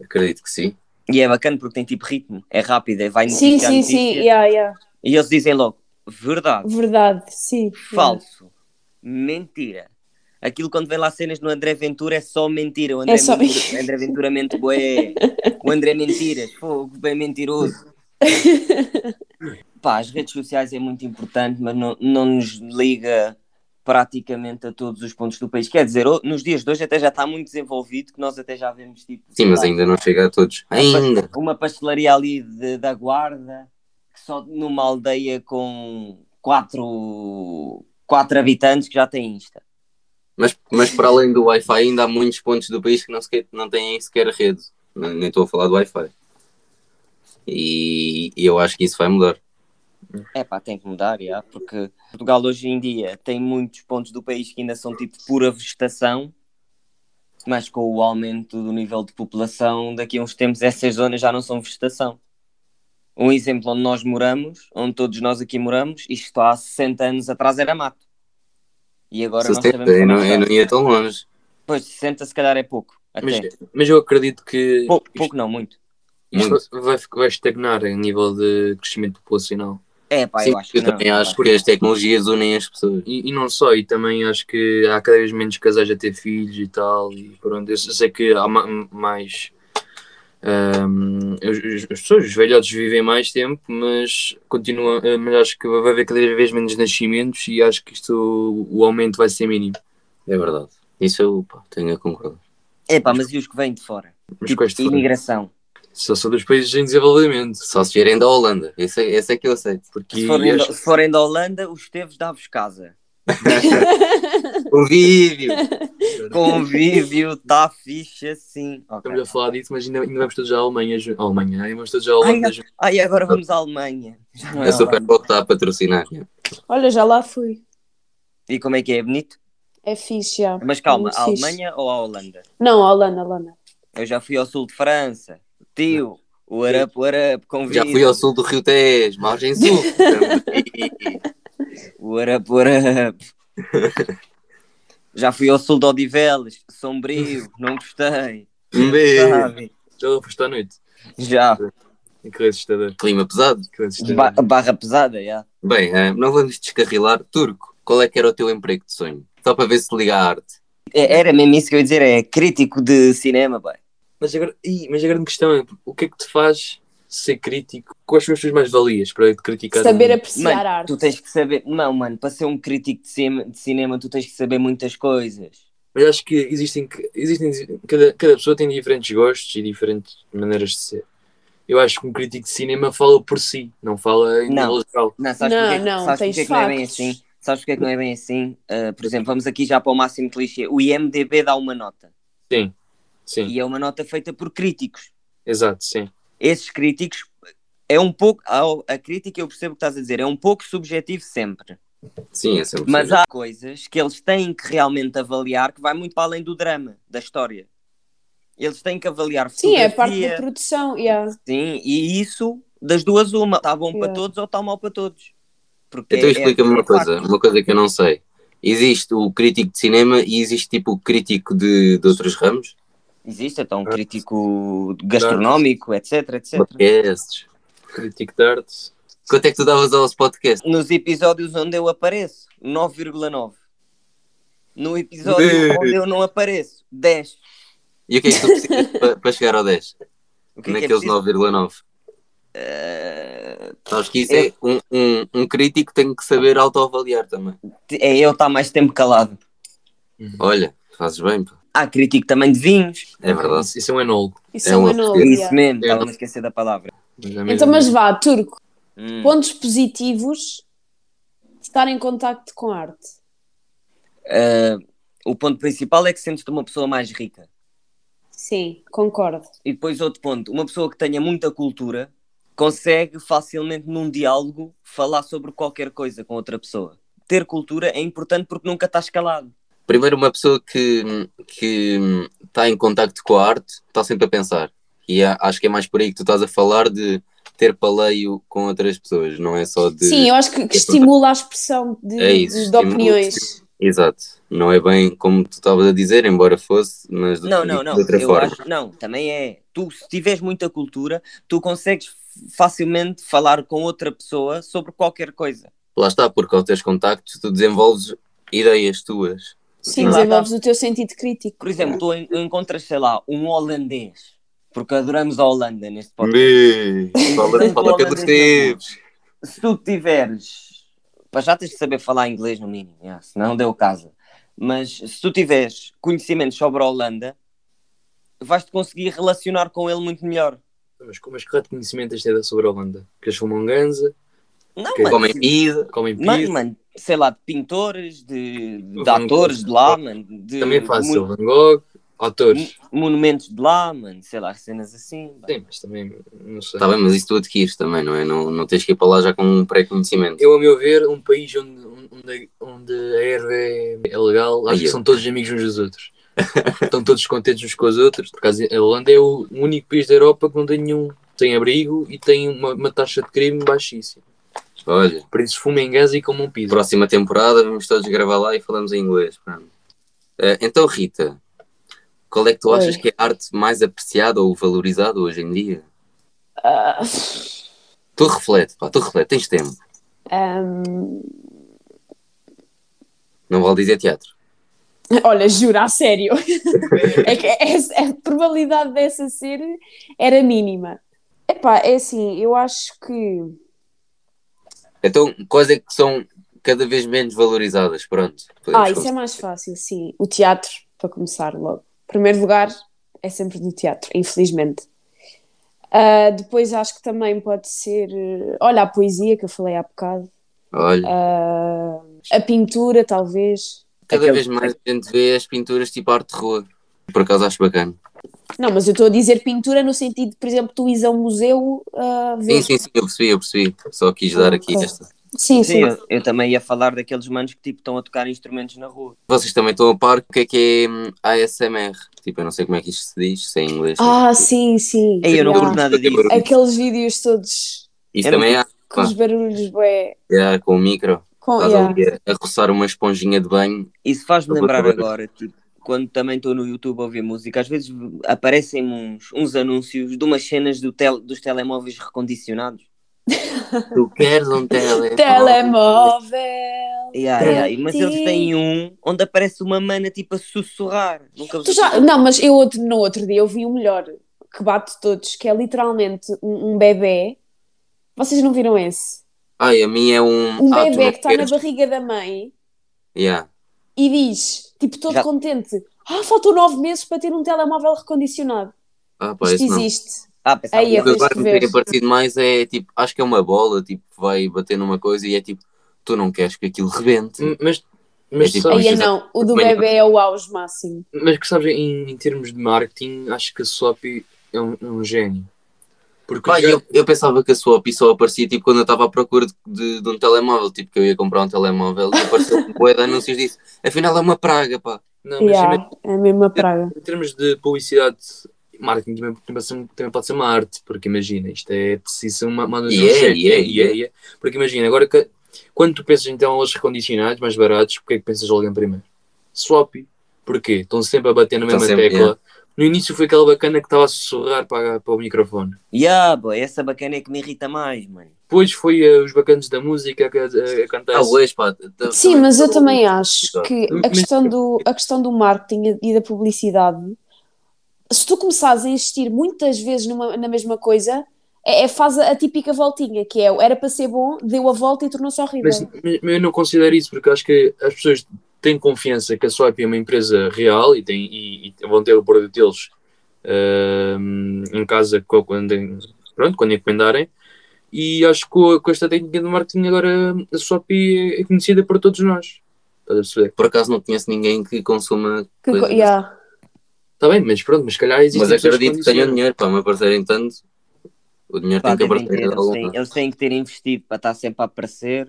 [SPEAKER 1] Acredito que sim.
[SPEAKER 2] E é bacana porque tem tipo ritmo, é rápido, é vai
[SPEAKER 3] Sim,
[SPEAKER 2] notícia a
[SPEAKER 3] sim, é
[SPEAKER 2] notícia.
[SPEAKER 3] sim, yeah, yeah.
[SPEAKER 2] E eles dizem logo, verdade,
[SPEAKER 3] verdade, sim.
[SPEAKER 2] falso, mentira. Aquilo quando vem lá cenas no André Ventura é só mentira. O André,
[SPEAKER 3] É só
[SPEAKER 2] Ventura, André Ventura mente bué. O André mentira. Fogo, bem mentiroso. Pá, as redes sociais é muito importante, mas não, não nos liga praticamente a todos os pontos do país. Quer dizer, o- nos dias de hoje até já está muito desenvolvido, que nós até já vemos tipo...
[SPEAKER 1] Sim, mas
[SPEAKER 2] sei lá,
[SPEAKER 1] ainda não chega a todos. Ainda.
[SPEAKER 2] uma pastelaria ali de- da Guarda, que só numa aldeia com quatro, quatro habitantes que já tem Insta.
[SPEAKER 1] Mas, mas para além do Wi-Fi, ainda há muitos pontos do país que não, sequer, não têm sequer rede. N- Nem estou a falar do Wi-Fi. E, e eu acho que isso vai mudar.
[SPEAKER 2] É pá, tem que mudar, já, porque Portugal hoje em dia tem muitos pontos do país que ainda são tipo pura vegetação, mas com o aumento do nível de população, daqui a uns tempos essas zonas já não são vegetação. Um exemplo onde nós moramos, onde todos nós aqui moramos, isto há 60 anos atrás era mato. E agora nós
[SPEAKER 1] 60,
[SPEAKER 2] sabemos
[SPEAKER 1] eu,
[SPEAKER 2] como é
[SPEAKER 1] não,
[SPEAKER 2] está.
[SPEAKER 1] eu não ia tão longe.
[SPEAKER 2] Pois, 60 se calhar é pouco. Até.
[SPEAKER 4] Mas, mas eu acredito que
[SPEAKER 2] pouco,
[SPEAKER 4] isto-
[SPEAKER 2] pouco não, muito.
[SPEAKER 4] isto,
[SPEAKER 1] Muito.
[SPEAKER 4] vai, vai estagnar em nível de crescimento populacional.
[SPEAKER 2] É, pá,
[SPEAKER 1] Sim,
[SPEAKER 2] eu acho que não.
[SPEAKER 1] também acho
[SPEAKER 2] pá.
[SPEAKER 1] que as tecnologias unem as pessoas.
[SPEAKER 4] E, e não só, e também acho que há cada vez menos casais a ter filhos e tal. E pronto, eu sei que há ma- mais. ahm, os- os- as pessoas, os velhotes vivem mais tempo, mas continua, ah, mas acho que vai haver cada vez menos nascimentos e acho que isto o aumento vai ser mínimo.
[SPEAKER 1] É verdade. Isso eu pá, tenho a concordar.
[SPEAKER 2] É, pá, mas e os que vêm de fora?
[SPEAKER 4] Mas
[SPEAKER 2] tipo,
[SPEAKER 4] com este foram-
[SPEAKER 2] imigração.
[SPEAKER 4] só são dos países em desenvolvimento.
[SPEAKER 1] Só se vierem da Holanda. Esse, esse é que eu aceito.
[SPEAKER 4] Porque
[SPEAKER 2] Se forem,
[SPEAKER 4] acho-
[SPEAKER 2] da- se forem da Holanda, os Esteves dá-vos casa.
[SPEAKER 1] O é um vídeo!
[SPEAKER 2] Convívio, tá ficha, sim. Ok.
[SPEAKER 4] Estamos a falar disso, mas ainda, ainda vamos todos à Alemanha. ju- à Alemanha, ainda vamos todos à Holanda.
[SPEAKER 2] Ai,
[SPEAKER 4] ju-
[SPEAKER 2] Ai, agora vamos à Alemanha. Já não Um é
[SPEAKER 1] A Super
[SPEAKER 2] Holanda.
[SPEAKER 1] Bowl está a patrocinar.
[SPEAKER 3] Olha, já lá fui.
[SPEAKER 2] E como é que é? É bonito?
[SPEAKER 3] É fixe, já.
[SPEAKER 2] Mas calma,
[SPEAKER 3] Muito
[SPEAKER 2] a
[SPEAKER 3] fixe.
[SPEAKER 2] Alemanha ou a Holanda?
[SPEAKER 3] Não, a Lana, a Lana.
[SPEAKER 2] Eu já fui ao sul de França. Tio, o Arap, o Arap,
[SPEAKER 1] Já
[SPEAKER 2] convido.
[SPEAKER 1] fui ao sul do Rio Tejo, margem sul.
[SPEAKER 2] O Arap, o Arap. Já fui ao sul de Odivelas, sombrio, não gostei.
[SPEAKER 1] Um beijo.
[SPEAKER 2] Sabe?
[SPEAKER 4] Já lá foste à noite.
[SPEAKER 2] Já.
[SPEAKER 4] Aquele assustador.
[SPEAKER 1] Clima pesado.
[SPEAKER 4] Aquele assustador.
[SPEAKER 2] Ba- barra pesada, já.
[SPEAKER 1] Bem, eh, não vamos descarrilar. Turco, qual é que era o teu emprego de sonho? Só para ver se liga à arte.
[SPEAKER 2] É- Era mesmo isso que eu ia dizer, é crítico de cinema, pai.
[SPEAKER 4] Mas, a, gra- Ih, mas a grande questão é o que é que te faz ser crítico? Quais são as tuas mais-valias para te criticar?
[SPEAKER 1] um.
[SPEAKER 3] Saber apreciar
[SPEAKER 2] Mano,
[SPEAKER 3] a arte.
[SPEAKER 2] tu tens que saber. Não, mano, para ser um crítico de cinema, de cinema, tu tens que saber muitas coisas.
[SPEAKER 4] Mas acho que existem, que- existem cada, cada pessoa tem diferentes gostos e diferentes maneiras de ser. eu acho que um crítico de cinema fala por si, não fala em
[SPEAKER 2] Não.
[SPEAKER 4] nível geral.
[SPEAKER 2] Não, sabes
[SPEAKER 3] Não,
[SPEAKER 2] porque, é que-
[SPEAKER 3] não,
[SPEAKER 2] sabes
[SPEAKER 3] tens
[SPEAKER 2] porque é que não é bem
[SPEAKER 3] factos.
[SPEAKER 2] assim? Sabes porque é que não é bem assim? Uh, por exemplo, vamos aqui já para o máximo clichê. O IMDB dá uma nota.
[SPEAKER 4] Sim, sim,
[SPEAKER 2] E é uma nota feita por críticos.
[SPEAKER 4] exato, sim.
[SPEAKER 2] Esses críticos, é um pouco. A, a crítica, eu percebo o que estás a dizer, é um pouco subjetivo sempre.
[SPEAKER 1] Sim, essa é
[SPEAKER 2] Mas há coisas que eles têm que realmente avaliar que vai muito para além do drama, da história. Eles têm que avaliar
[SPEAKER 3] Sim, é
[SPEAKER 2] fotografia,
[SPEAKER 3] a parte da produção. Yeah.
[SPEAKER 2] sim, e isso das duas uma. Está bom para
[SPEAKER 3] Yeah.
[SPEAKER 2] todos ou está mal para todos. Porque
[SPEAKER 1] Então
[SPEAKER 2] é-
[SPEAKER 1] explica-me
[SPEAKER 2] é-
[SPEAKER 1] uma
[SPEAKER 2] é
[SPEAKER 1] coisa,
[SPEAKER 2] facto.
[SPEAKER 1] uma coisa que eu não sei. Existe o crítico de cinema e existe tipo o crítico de, de outros ramos?
[SPEAKER 2] Existe, então, um crítico gastronómico, etc, etc.
[SPEAKER 1] é Podcasts.
[SPEAKER 4] Crítico de arte.
[SPEAKER 1] Quanto é que tu davas aos podcasts?
[SPEAKER 2] Nos episódios onde eu apareço, 9,9. No episódio
[SPEAKER 1] Bem.
[SPEAKER 2] onde eu não apareço, 10.
[SPEAKER 1] E o que é que tu precisas para, para chegar ao 10?
[SPEAKER 2] O que é que é
[SPEAKER 1] Naqueles
[SPEAKER 2] preciso?
[SPEAKER 1] 9,9.
[SPEAKER 2] Eh,
[SPEAKER 1] Sabes que isso é um, um, um crítico tem que saber autoavaliar também.
[SPEAKER 2] é eu estar mais tempo calado.
[SPEAKER 1] Olha, fazes bem, pá.
[SPEAKER 2] Há crítico também de vinhos.
[SPEAKER 1] É verdade.
[SPEAKER 4] Isso, isso é um enólogo.
[SPEAKER 3] Isso
[SPEAKER 1] É
[SPEAKER 3] é um
[SPEAKER 1] uma
[SPEAKER 3] anel.
[SPEAKER 1] porcaria.
[SPEAKER 3] yeah.
[SPEAKER 2] Isso mesmo,
[SPEAKER 4] Eu
[SPEAKER 2] estava
[SPEAKER 4] não-
[SPEAKER 2] a esquecer da palavra.
[SPEAKER 4] Mas é mesmo-
[SPEAKER 3] Então, mas vá, Turco,
[SPEAKER 2] Hum.
[SPEAKER 3] pontos positivos de estar em contacto com a arte.
[SPEAKER 2] Eh, o ponto principal é que sentes-te uma pessoa mais rica.
[SPEAKER 3] Sim, concordo.
[SPEAKER 2] E depois outro ponto, uma pessoa que tenha muita cultura consegue facilmente num diálogo falar sobre qualquer coisa com outra pessoa. Ter cultura é importante porque nunca estás calado.
[SPEAKER 1] Primeiro, uma pessoa que que está em contacto com a arte está sempre a pensar. E a- acho que é mais por aí que tu estás a falar de ter paleio com outras pessoas, não é só de.
[SPEAKER 3] Sim, eu acho que, que estimula a expressão de,
[SPEAKER 1] É isso,
[SPEAKER 3] de- de
[SPEAKER 1] estimula-
[SPEAKER 3] opiniões.
[SPEAKER 1] Exato. Não é bem como tu estavas a dizer, embora fosse, mas de,
[SPEAKER 2] Não, não, não.
[SPEAKER 1] de outra
[SPEAKER 2] Eu
[SPEAKER 1] forma.
[SPEAKER 2] acho, não, também é. Tu, se tiveres muita cultura, tu consegues facilmente falar com outra pessoa sobre qualquer coisa.
[SPEAKER 1] Lá está, porque ao teres contacto, tu desenvolves ideias tuas.
[SPEAKER 3] Sim,
[SPEAKER 1] Não é?
[SPEAKER 3] desenvolves o teu sentido crítico.
[SPEAKER 2] Por exemplo, tu en- encontras, sei lá, um holandês. Porque adoramos a Holanda neste podcast.
[SPEAKER 1] Bê, Fala, fala
[SPEAKER 2] Fala
[SPEAKER 4] é
[SPEAKER 1] pelos
[SPEAKER 2] mesmo.
[SPEAKER 1] teus.
[SPEAKER 2] se tu tiveres. Para já tens de saber falar inglês no mínimo, yeah, senão deu casa. Mas se tu tiveres conhecimentos sobre a Holanda, vais-te conseguir relacionar com ele muito melhor.
[SPEAKER 4] Mas, como- mas que rato de conhecimento tens de ter sobre a Holanda? Que eles fumam ganza,
[SPEAKER 2] Não,
[SPEAKER 4] Que
[SPEAKER 2] mano.
[SPEAKER 1] Comem pizza.
[SPEAKER 4] comem pizza.
[SPEAKER 2] Mano, mano, sei lá, de pintores, de, de
[SPEAKER 4] Van Gogh.
[SPEAKER 2] atores de lá, mano. De
[SPEAKER 4] é Também fácil.
[SPEAKER 2] mon-
[SPEAKER 4] Van Gogh, autores.
[SPEAKER 2] mon- Monumentos de lá, mano, sei lá, cenas assim. mano.
[SPEAKER 4] Sim, mas também, não sei.
[SPEAKER 1] Está Tá bem, mas isso tu adquires também, não é? Não, não tens que ir para lá já com um pré-conhecimento.
[SPEAKER 4] Eu, a meu ver, um país onde, onde, onde a erva é é legal, acho
[SPEAKER 1] Aí
[SPEAKER 4] que
[SPEAKER 1] eu.
[SPEAKER 4] são todos amigos uns dos outros. Estão todos contentes uns com os outros. Por acaso, a Holanda é o único país da Europa que não tem nenhum. Tem abrigo e tem uma, uma taxa de crime baixíssima.
[SPEAKER 1] Olha,
[SPEAKER 4] Por isso, fumem gás e comam pizza.
[SPEAKER 1] próxima temporada vamos todos gravar lá e falamos em inglês. pronto. Eh, então, Rita, qual é que tu
[SPEAKER 3] Oi.
[SPEAKER 1] achas que é a arte mais apreciada ou valorizada hoje em dia?
[SPEAKER 3] Ah,
[SPEAKER 1] Tu reflete, pá, tu reflete, tens tempo.
[SPEAKER 3] ahm,
[SPEAKER 1] Não vale dizer teatro.
[SPEAKER 3] olha, juro, a sério. É que essa- a probabilidade dessa ser era mínima. Epá, é assim, eu acho que
[SPEAKER 1] Então, quais é que são cada vez menos valorizadas? Pronto. podemos
[SPEAKER 3] Ah, isso é
[SPEAKER 1] começar.
[SPEAKER 3] mais fácil, sim. O teatro, para começar logo. Primeiro lugar é sempre do teatro, infelizmente. Ah, depois acho que também pode ser. eh, Olha, a poesia que eu falei há bocado.
[SPEAKER 1] Olha,
[SPEAKER 3] é- Ah, a pintura, talvez.
[SPEAKER 1] cada
[SPEAKER 2] aquele-
[SPEAKER 1] vez mais a gente vê as pinturas tipo arte de rua. Por acaso acho bacana.
[SPEAKER 3] Não, mas eu estou a dizer pintura no sentido, de, por exemplo, tu ires a um museu ah,
[SPEAKER 1] Sim,
[SPEAKER 3] ver.
[SPEAKER 1] sim, sim, eu percebi, eu percebi. Só quis dar aqui
[SPEAKER 3] Ok.
[SPEAKER 1] esta.
[SPEAKER 2] Sim,
[SPEAKER 3] Sim, sim.
[SPEAKER 2] eu, eu também ia falar daqueles manos que tipo, estão a tocar instrumentos na rua.
[SPEAKER 1] Vocês também estão a par o que é que é hum, ASMR. Tipo, eu não sei como é que isto se diz, se é em inglês.
[SPEAKER 3] Ah, sim, sim.
[SPEAKER 2] Ei, eu não
[SPEAKER 1] Yeah.
[SPEAKER 2] curto nada disso.
[SPEAKER 3] Aqueles vídeos todos
[SPEAKER 1] Isso
[SPEAKER 2] eu não-
[SPEAKER 1] também é,
[SPEAKER 3] com os barulhos, bué.
[SPEAKER 1] é com o micro.
[SPEAKER 3] Com,
[SPEAKER 1] Estás
[SPEAKER 3] Oh, yeah.
[SPEAKER 1] ali a, a roçar uma esponjinha de banho.
[SPEAKER 2] Isso faz-me
[SPEAKER 1] Eu vou
[SPEAKER 2] lembrar
[SPEAKER 1] trabalhar.
[SPEAKER 2] agora, tipo, quando também estou no YouTube a ouvir música, às vezes aparecem uns, uns anúncios de umas cenas do tel- dos telemóveis recondicionados.
[SPEAKER 1] Tu queres um telemóvel?
[SPEAKER 3] Telemóvel.
[SPEAKER 2] Yeah, yeah, e- Mas eles têm um onde aparece uma mana tipo a sussurrar. Nunca vos
[SPEAKER 3] Tu já- não, mas eu outro, no outro dia eu vi o melhor que bate todos, que é literalmente um, um bebê. Vocês não viram esse?
[SPEAKER 1] Ai, a minha é um.
[SPEAKER 3] Um
[SPEAKER 1] ah, tu
[SPEAKER 3] bebê
[SPEAKER 1] não
[SPEAKER 3] que está na
[SPEAKER 1] queres.
[SPEAKER 3] barriga da mãe
[SPEAKER 1] Yeah.
[SPEAKER 3] e diz, tipo, todo
[SPEAKER 2] Já-
[SPEAKER 3] contente: Ah, faltam nove meses para ter um telemóvel recondicionado.
[SPEAKER 1] Ah, pá,
[SPEAKER 3] Isto
[SPEAKER 1] isso não.
[SPEAKER 3] existe.
[SPEAKER 2] Ah, pensava
[SPEAKER 3] Aí,
[SPEAKER 2] que
[SPEAKER 1] O que
[SPEAKER 3] eu-
[SPEAKER 2] era-
[SPEAKER 1] agora me tem
[SPEAKER 3] ver.
[SPEAKER 1] aparecido mais é tipo, acho que é uma bola, tipo, vai bater numa coisa e é tipo, tu não queres que aquilo rebente.
[SPEAKER 4] Mas, mas,
[SPEAKER 1] É tipo-
[SPEAKER 4] sabes,
[SPEAKER 3] Aí é
[SPEAKER 1] exato.
[SPEAKER 3] não, o do
[SPEAKER 1] Bem,
[SPEAKER 3] bebê é o auge máximo.
[SPEAKER 4] mas que sabes, em, em termos de marketing, acho que a Swap é um, é um gênio. Porque
[SPEAKER 1] Pá,
[SPEAKER 4] os
[SPEAKER 1] eu, eu pensava que a swap só aparecia tipo quando eu estava à procura de, de- de um telemóvel, tipo que eu ia comprar um telemóvel e apareceu um bué de anúncios disso. Afinal é uma praga, pá.
[SPEAKER 4] Não, mas
[SPEAKER 3] Yeah, é a mesma praga.
[SPEAKER 4] em termos de publicidade, marketing também, também são- também pode ser uma arte, porque imagina, isto é preciso ser uma mão
[SPEAKER 1] E é, e é, e é.
[SPEAKER 4] Porque imagina, agora que- quando tu pensas em telemóveis recondicionados, mais baratos, porque é que pensas logo em primeiro? Swap. Porquê? Estão sempre a bater na
[SPEAKER 1] Estão
[SPEAKER 4] mesma
[SPEAKER 1] sempre,
[SPEAKER 4] tecla. No início foi aquela bacana que estava a sussurrar para, para o microfone.
[SPEAKER 2] Yeah, boy, essa bacana é que me irrita mais, mano.
[SPEAKER 4] Depois foi eh, os bacanos da música a, a- a cantar.
[SPEAKER 1] Ah, hoje, pá. tá-
[SPEAKER 3] Sim, mas eu também acho
[SPEAKER 1] Exato.
[SPEAKER 3] que a
[SPEAKER 4] Mas-
[SPEAKER 3] questão do, a questão do marketing e da publicidade, se tu começares a insistir muitas vezes numa- na mesma coisa, é, é faz a, a típica voltinha, que é o era para ser bom, deu a volta e tornou-se horrível.
[SPEAKER 4] Mas, mas eu não considero isso, porque acho que as pessoas têm confiança que a Swipe é uma empresa real e, têm, e, e vão ter o produto deles ahm, ehm, em casa co- quando, pronto, quando encomendarem. E acho que com com esta técnica de marketing agora a Swipe é conhecida por todos nós. Estás a perceber?
[SPEAKER 1] Por acaso não conheço ninguém que consuma.
[SPEAKER 3] Que
[SPEAKER 1] coisa
[SPEAKER 3] co- yeah.
[SPEAKER 4] Está Tá bem, mas pronto, mas se calhar existe.
[SPEAKER 1] Mas acredito que tenham dinheiro, pá, me aparecerem tanto. O dinheiro
[SPEAKER 2] Pá,
[SPEAKER 1] tem que
[SPEAKER 2] devem ter,
[SPEAKER 1] aparecer de
[SPEAKER 2] eles,
[SPEAKER 1] algum
[SPEAKER 2] têm,
[SPEAKER 1] lado.
[SPEAKER 2] eles têm que ter investido para estar sempre a aparecer.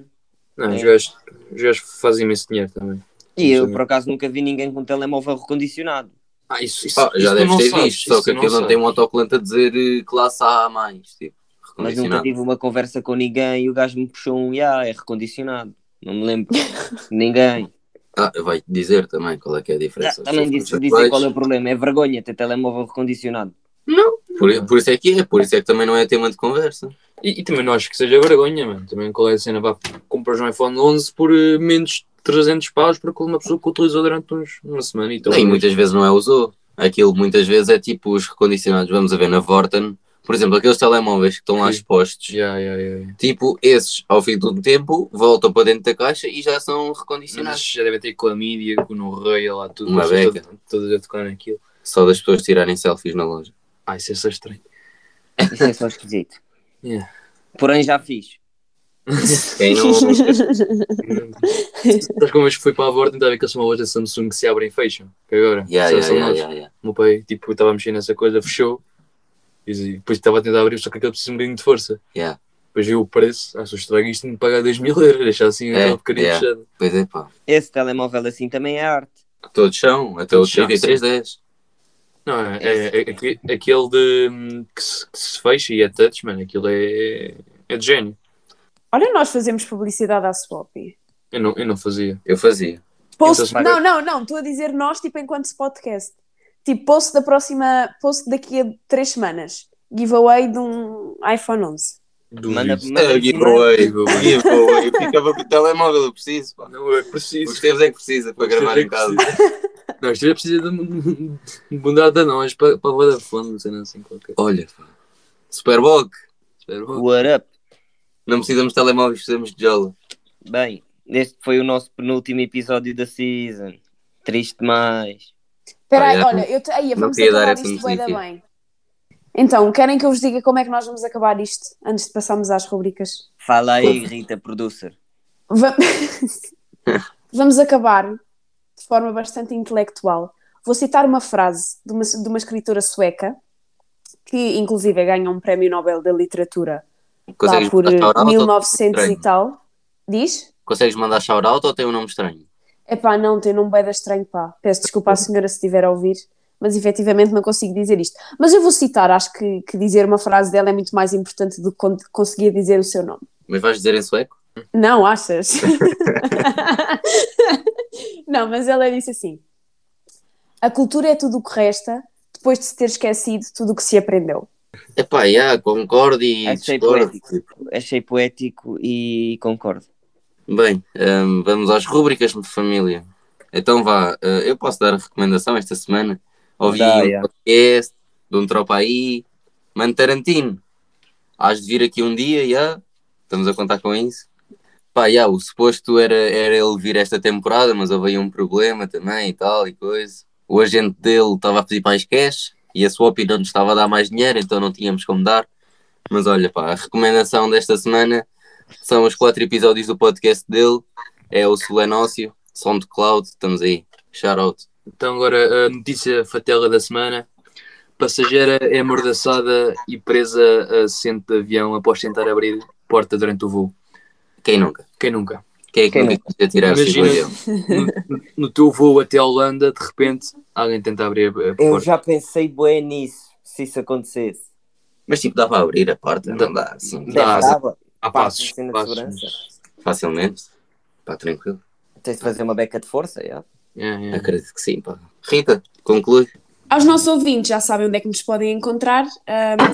[SPEAKER 4] Não, os gajos, os gajos fazem imenso dinheiro também.
[SPEAKER 2] E eu,
[SPEAKER 4] Sim.
[SPEAKER 2] por acaso, nunca vi ninguém com um telemóvel recondicionado.
[SPEAKER 4] Ah, isso, isso,
[SPEAKER 1] Pá, já
[SPEAKER 4] isso
[SPEAKER 1] deves
[SPEAKER 4] não
[SPEAKER 1] ter
[SPEAKER 4] sabes,
[SPEAKER 1] visto, só
[SPEAKER 4] isso
[SPEAKER 1] que
[SPEAKER 4] não
[SPEAKER 1] aquilo não
[SPEAKER 4] sabes.
[SPEAKER 1] tem um autocolante a dizer eh, classe A a mais, tipo,
[SPEAKER 2] Mas nunca
[SPEAKER 1] recondicionado.
[SPEAKER 2] tive uma conversa com ninguém e o gajo me puxou um, yeah, é recondicionado. Não me lembro. ninguém.
[SPEAKER 1] Ah, vai dizer também qual é que é a
[SPEAKER 2] Já,
[SPEAKER 1] diferença.
[SPEAKER 2] Ah, também
[SPEAKER 1] São
[SPEAKER 2] disse,
[SPEAKER 1] conceituais.
[SPEAKER 2] dizer qual é o problema. É vergonha ter telemóvel recondicionado.
[SPEAKER 1] Por, por isso é que é, por isso é que também não é tema de conversa.
[SPEAKER 4] E, e também não acho que seja vergonha, mano. Também qual é a cena? Vá, compras um iPhone 11 por eh, menos de 300 paus para uma pessoa que o utilizou durante uns, uma semana e tal.
[SPEAKER 1] e muitas vezes não é usou. Aquilo muitas vezes é tipo os recondicionados, vamos a ver na Vorten, por exemplo, aqueles telemóveis que estão lá
[SPEAKER 4] Sim.
[SPEAKER 1] expostos,
[SPEAKER 4] Yeah, yeah, yeah, yeah.
[SPEAKER 1] tipo esses, ao fim de um tempo, voltam para dentro da caixa e já são
[SPEAKER 4] Mas
[SPEAKER 1] recondicionados.
[SPEAKER 4] já devem ter com a mídia, com o rei, lá tudo.
[SPEAKER 1] Uma
[SPEAKER 4] mas
[SPEAKER 1] beca.
[SPEAKER 4] todo- Todas a tocar naquilo.
[SPEAKER 1] Só das pessoas tirarem selfies na loja.
[SPEAKER 4] Ah, isso é só estranho.
[SPEAKER 2] Isso é só esquisito.
[SPEAKER 4] Yeah.
[SPEAKER 2] Porém, já fiz.
[SPEAKER 1] Quem não.
[SPEAKER 4] Sabes como vez que fui para a Vorten, estava a ver que eles são uma loja Samsung que se abrem e fecham. Que agora.
[SPEAKER 1] Yeah,
[SPEAKER 4] são-
[SPEAKER 1] yeah,
[SPEAKER 4] são
[SPEAKER 1] yeah,
[SPEAKER 4] nós.
[SPEAKER 1] yeah, yeah.
[SPEAKER 4] O meu pai, tipo, estava a mexer nessa coisa, fechou. E depois estava a tentar abrir, só que aquilo precisa um bocadinho de força.
[SPEAKER 1] Yeah.
[SPEAKER 4] Depois viu o preço, acho estranho isto me pagar 2 mil euros, deixar assim
[SPEAKER 1] É,
[SPEAKER 4] aquela bocadinho
[SPEAKER 1] yeah.
[SPEAKER 4] fechada.
[SPEAKER 1] Pois é, pá.
[SPEAKER 2] Esse telemóvel assim também é arte.
[SPEAKER 1] Todos são, até
[SPEAKER 4] Todos
[SPEAKER 1] os
[SPEAKER 4] são,
[SPEAKER 1] 3310.
[SPEAKER 4] Não, é, é- é aqui- aquele de, hum, que, se, que se fecha e é touch, mano, aquilo é, é de gênio.
[SPEAKER 3] Olha, nós fazemos publicidade à Swap.
[SPEAKER 4] Eu não, eu não fazia.
[SPEAKER 1] Eu fazia.
[SPEAKER 3] Post...
[SPEAKER 4] Então,
[SPEAKER 3] não, não, não, estou a dizer nós, tipo, enquanto podcast. Tipo, post da próxima, post daqui a três semanas. Giveaway de um iPhone 11.
[SPEAKER 2] Manda,
[SPEAKER 4] Duvido. É,
[SPEAKER 2] manda
[SPEAKER 4] Giveaway.
[SPEAKER 1] Ah, giveaway. Ficava com o telemóvel, eu preciso, pá.
[SPEAKER 4] Não é
[SPEAKER 1] Os
[SPEAKER 4] preciso.
[SPEAKER 1] teus é que precisa para
[SPEAKER 4] Os teus
[SPEAKER 1] gravar
[SPEAKER 4] é
[SPEAKER 1] em
[SPEAKER 4] que
[SPEAKER 1] casa.
[SPEAKER 4] Não, isto é preciso de mudar de nós para, para a Vodafone, não sei não, assim qualquer.
[SPEAKER 1] Olha, pá. Superbog.
[SPEAKER 4] Espero.
[SPEAKER 2] What up?
[SPEAKER 1] Não precisamos de telemóveis, precisamos de jola.
[SPEAKER 2] Bem, este foi o nosso penúltimo episódio da season. Triste mais.
[SPEAKER 3] Espera aí,
[SPEAKER 1] Olha,
[SPEAKER 3] olha, eu te... aí,
[SPEAKER 1] não
[SPEAKER 3] vamos
[SPEAKER 1] queria dar
[SPEAKER 3] acabar
[SPEAKER 1] essa
[SPEAKER 3] isto bué da
[SPEAKER 1] notícia.
[SPEAKER 3] bem. Então, querem que eu vos diga como é que nós vamos acabar isto antes de passarmos às rubricas?
[SPEAKER 2] Fala aí, Rita, producer.
[SPEAKER 3] Va- vamos acabar de forma bastante intelectual. Vou citar uma frase de uma, de uma escritora sueca que, inclusive, ganhou um prémio Nobel da Literatura lá
[SPEAKER 1] Consegues
[SPEAKER 3] por
[SPEAKER 1] mandar shout-out? ou-
[SPEAKER 3] 1900 e
[SPEAKER 1] estranho?
[SPEAKER 3] tal. Diz?
[SPEAKER 1] Consegues mandar shout-out ou tem um nome estranho?
[SPEAKER 3] Epá, não, tem um nome bem estranho, pá. Peço desculpa à senhora se estiver a ouvir, mas efetivamente não consigo dizer isto. Mas eu vou citar, acho que, que dizer uma frase dela é muito mais importante do que con- conseguir dizer o seu nome.
[SPEAKER 1] Mas vais dizer em sueco?
[SPEAKER 3] Não, achas? não, mas ela disse assim: A cultura é tudo o que resta depois de se ter esquecido tudo o que se aprendeu.
[SPEAKER 1] Epá, yeah, concordo e
[SPEAKER 2] Achei
[SPEAKER 1] discordo.
[SPEAKER 2] poético. Achei poético e concordo.
[SPEAKER 1] Bem, hum, vamos às rúbricas de família. Então vá, eh, eu posso dar a recomendação esta semana. Ouvi
[SPEAKER 2] Dá,
[SPEAKER 1] um
[SPEAKER 2] yeah.
[SPEAKER 1] podcast de um tropa aí, Mano Tarantino. Hás de vir aqui um dia, já. Estamos a contar com isso. Pá, já, o suposto era, era ele vir esta temporada, mas houve aí um problema também e tal e coisa. O agente dele estava a pedir para as cash. e a Swapy não nos estava a dar mais dinheiro, então não tínhamos como dar. Mas olha, pá, a recomendação desta semana são os quatro episódios do podcast dele. É o Solenócio, SoundCloud, estamos aí. Shout out.
[SPEAKER 4] Então agora a notícia fatela da semana. Passageira é amordaçada e presa a assento de avião após tentar abrir porta durante o voo.
[SPEAKER 1] Quem nunca?
[SPEAKER 4] Quem nunca?
[SPEAKER 1] Quem é que
[SPEAKER 2] Quem
[SPEAKER 1] nunca quis atirar o
[SPEAKER 4] Imagina-
[SPEAKER 1] avião?
[SPEAKER 4] No, no teu voo até a Holanda, de repente, alguém tenta abrir a a
[SPEAKER 2] Eu
[SPEAKER 4] porta.
[SPEAKER 2] É, já pensei bué nisso, se isso acontecesse.
[SPEAKER 1] Mas tipo, dá para abrir a porta, não dá, assim, tipo,
[SPEAKER 4] Dá.
[SPEAKER 2] Deve dava.
[SPEAKER 4] Há
[SPEAKER 2] Passa
[SPEAKER 4] passos.
[SPEAKER 2] a cena de
[SPEAKER 4] passos.
[SPEAKER 2] segurança.
[SPEAKER 1] facilmente. Pá, tranquilo.
[SPEAKER 2] Tens de fazer uma beca de força, já.
[SPEAKER 4] É, é.
[SPEAKER 1] Acredito que sim, pá. Rita, conclui.
[SPEAKER 3] Aos nossos ouvintes já sabem onde é que nos podem encontrar.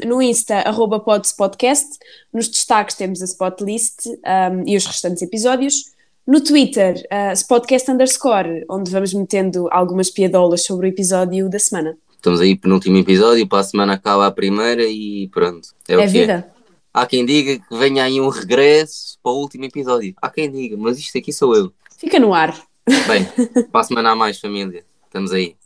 [SPEAKER 3] Um, no Insta, arroba Pods podcast. Nos destaques temos a Spotlist um, e os restantes episódios. No Twitter, uh, Spotcast underscore, onde vamos metendo algumas piadolas sobre o episódio da semana.
[SPEAKER 1] Estamos aí penúltimo episódio, para a semana acaba a primeira e pronto. É,
[SPEAKER 3] É,
[SPEAKER 1] o que é.
[SPEAKER 3] vida.
[SPEAKER 1] Há quem diga que venha aí um regresso para o último episódio. Há quem diga, mas isto aqui sou eu.
[SPEAKER 3] Fica no ar.
[SPEAKER 1] Bem, para a semana há mais, família. Estamos aí.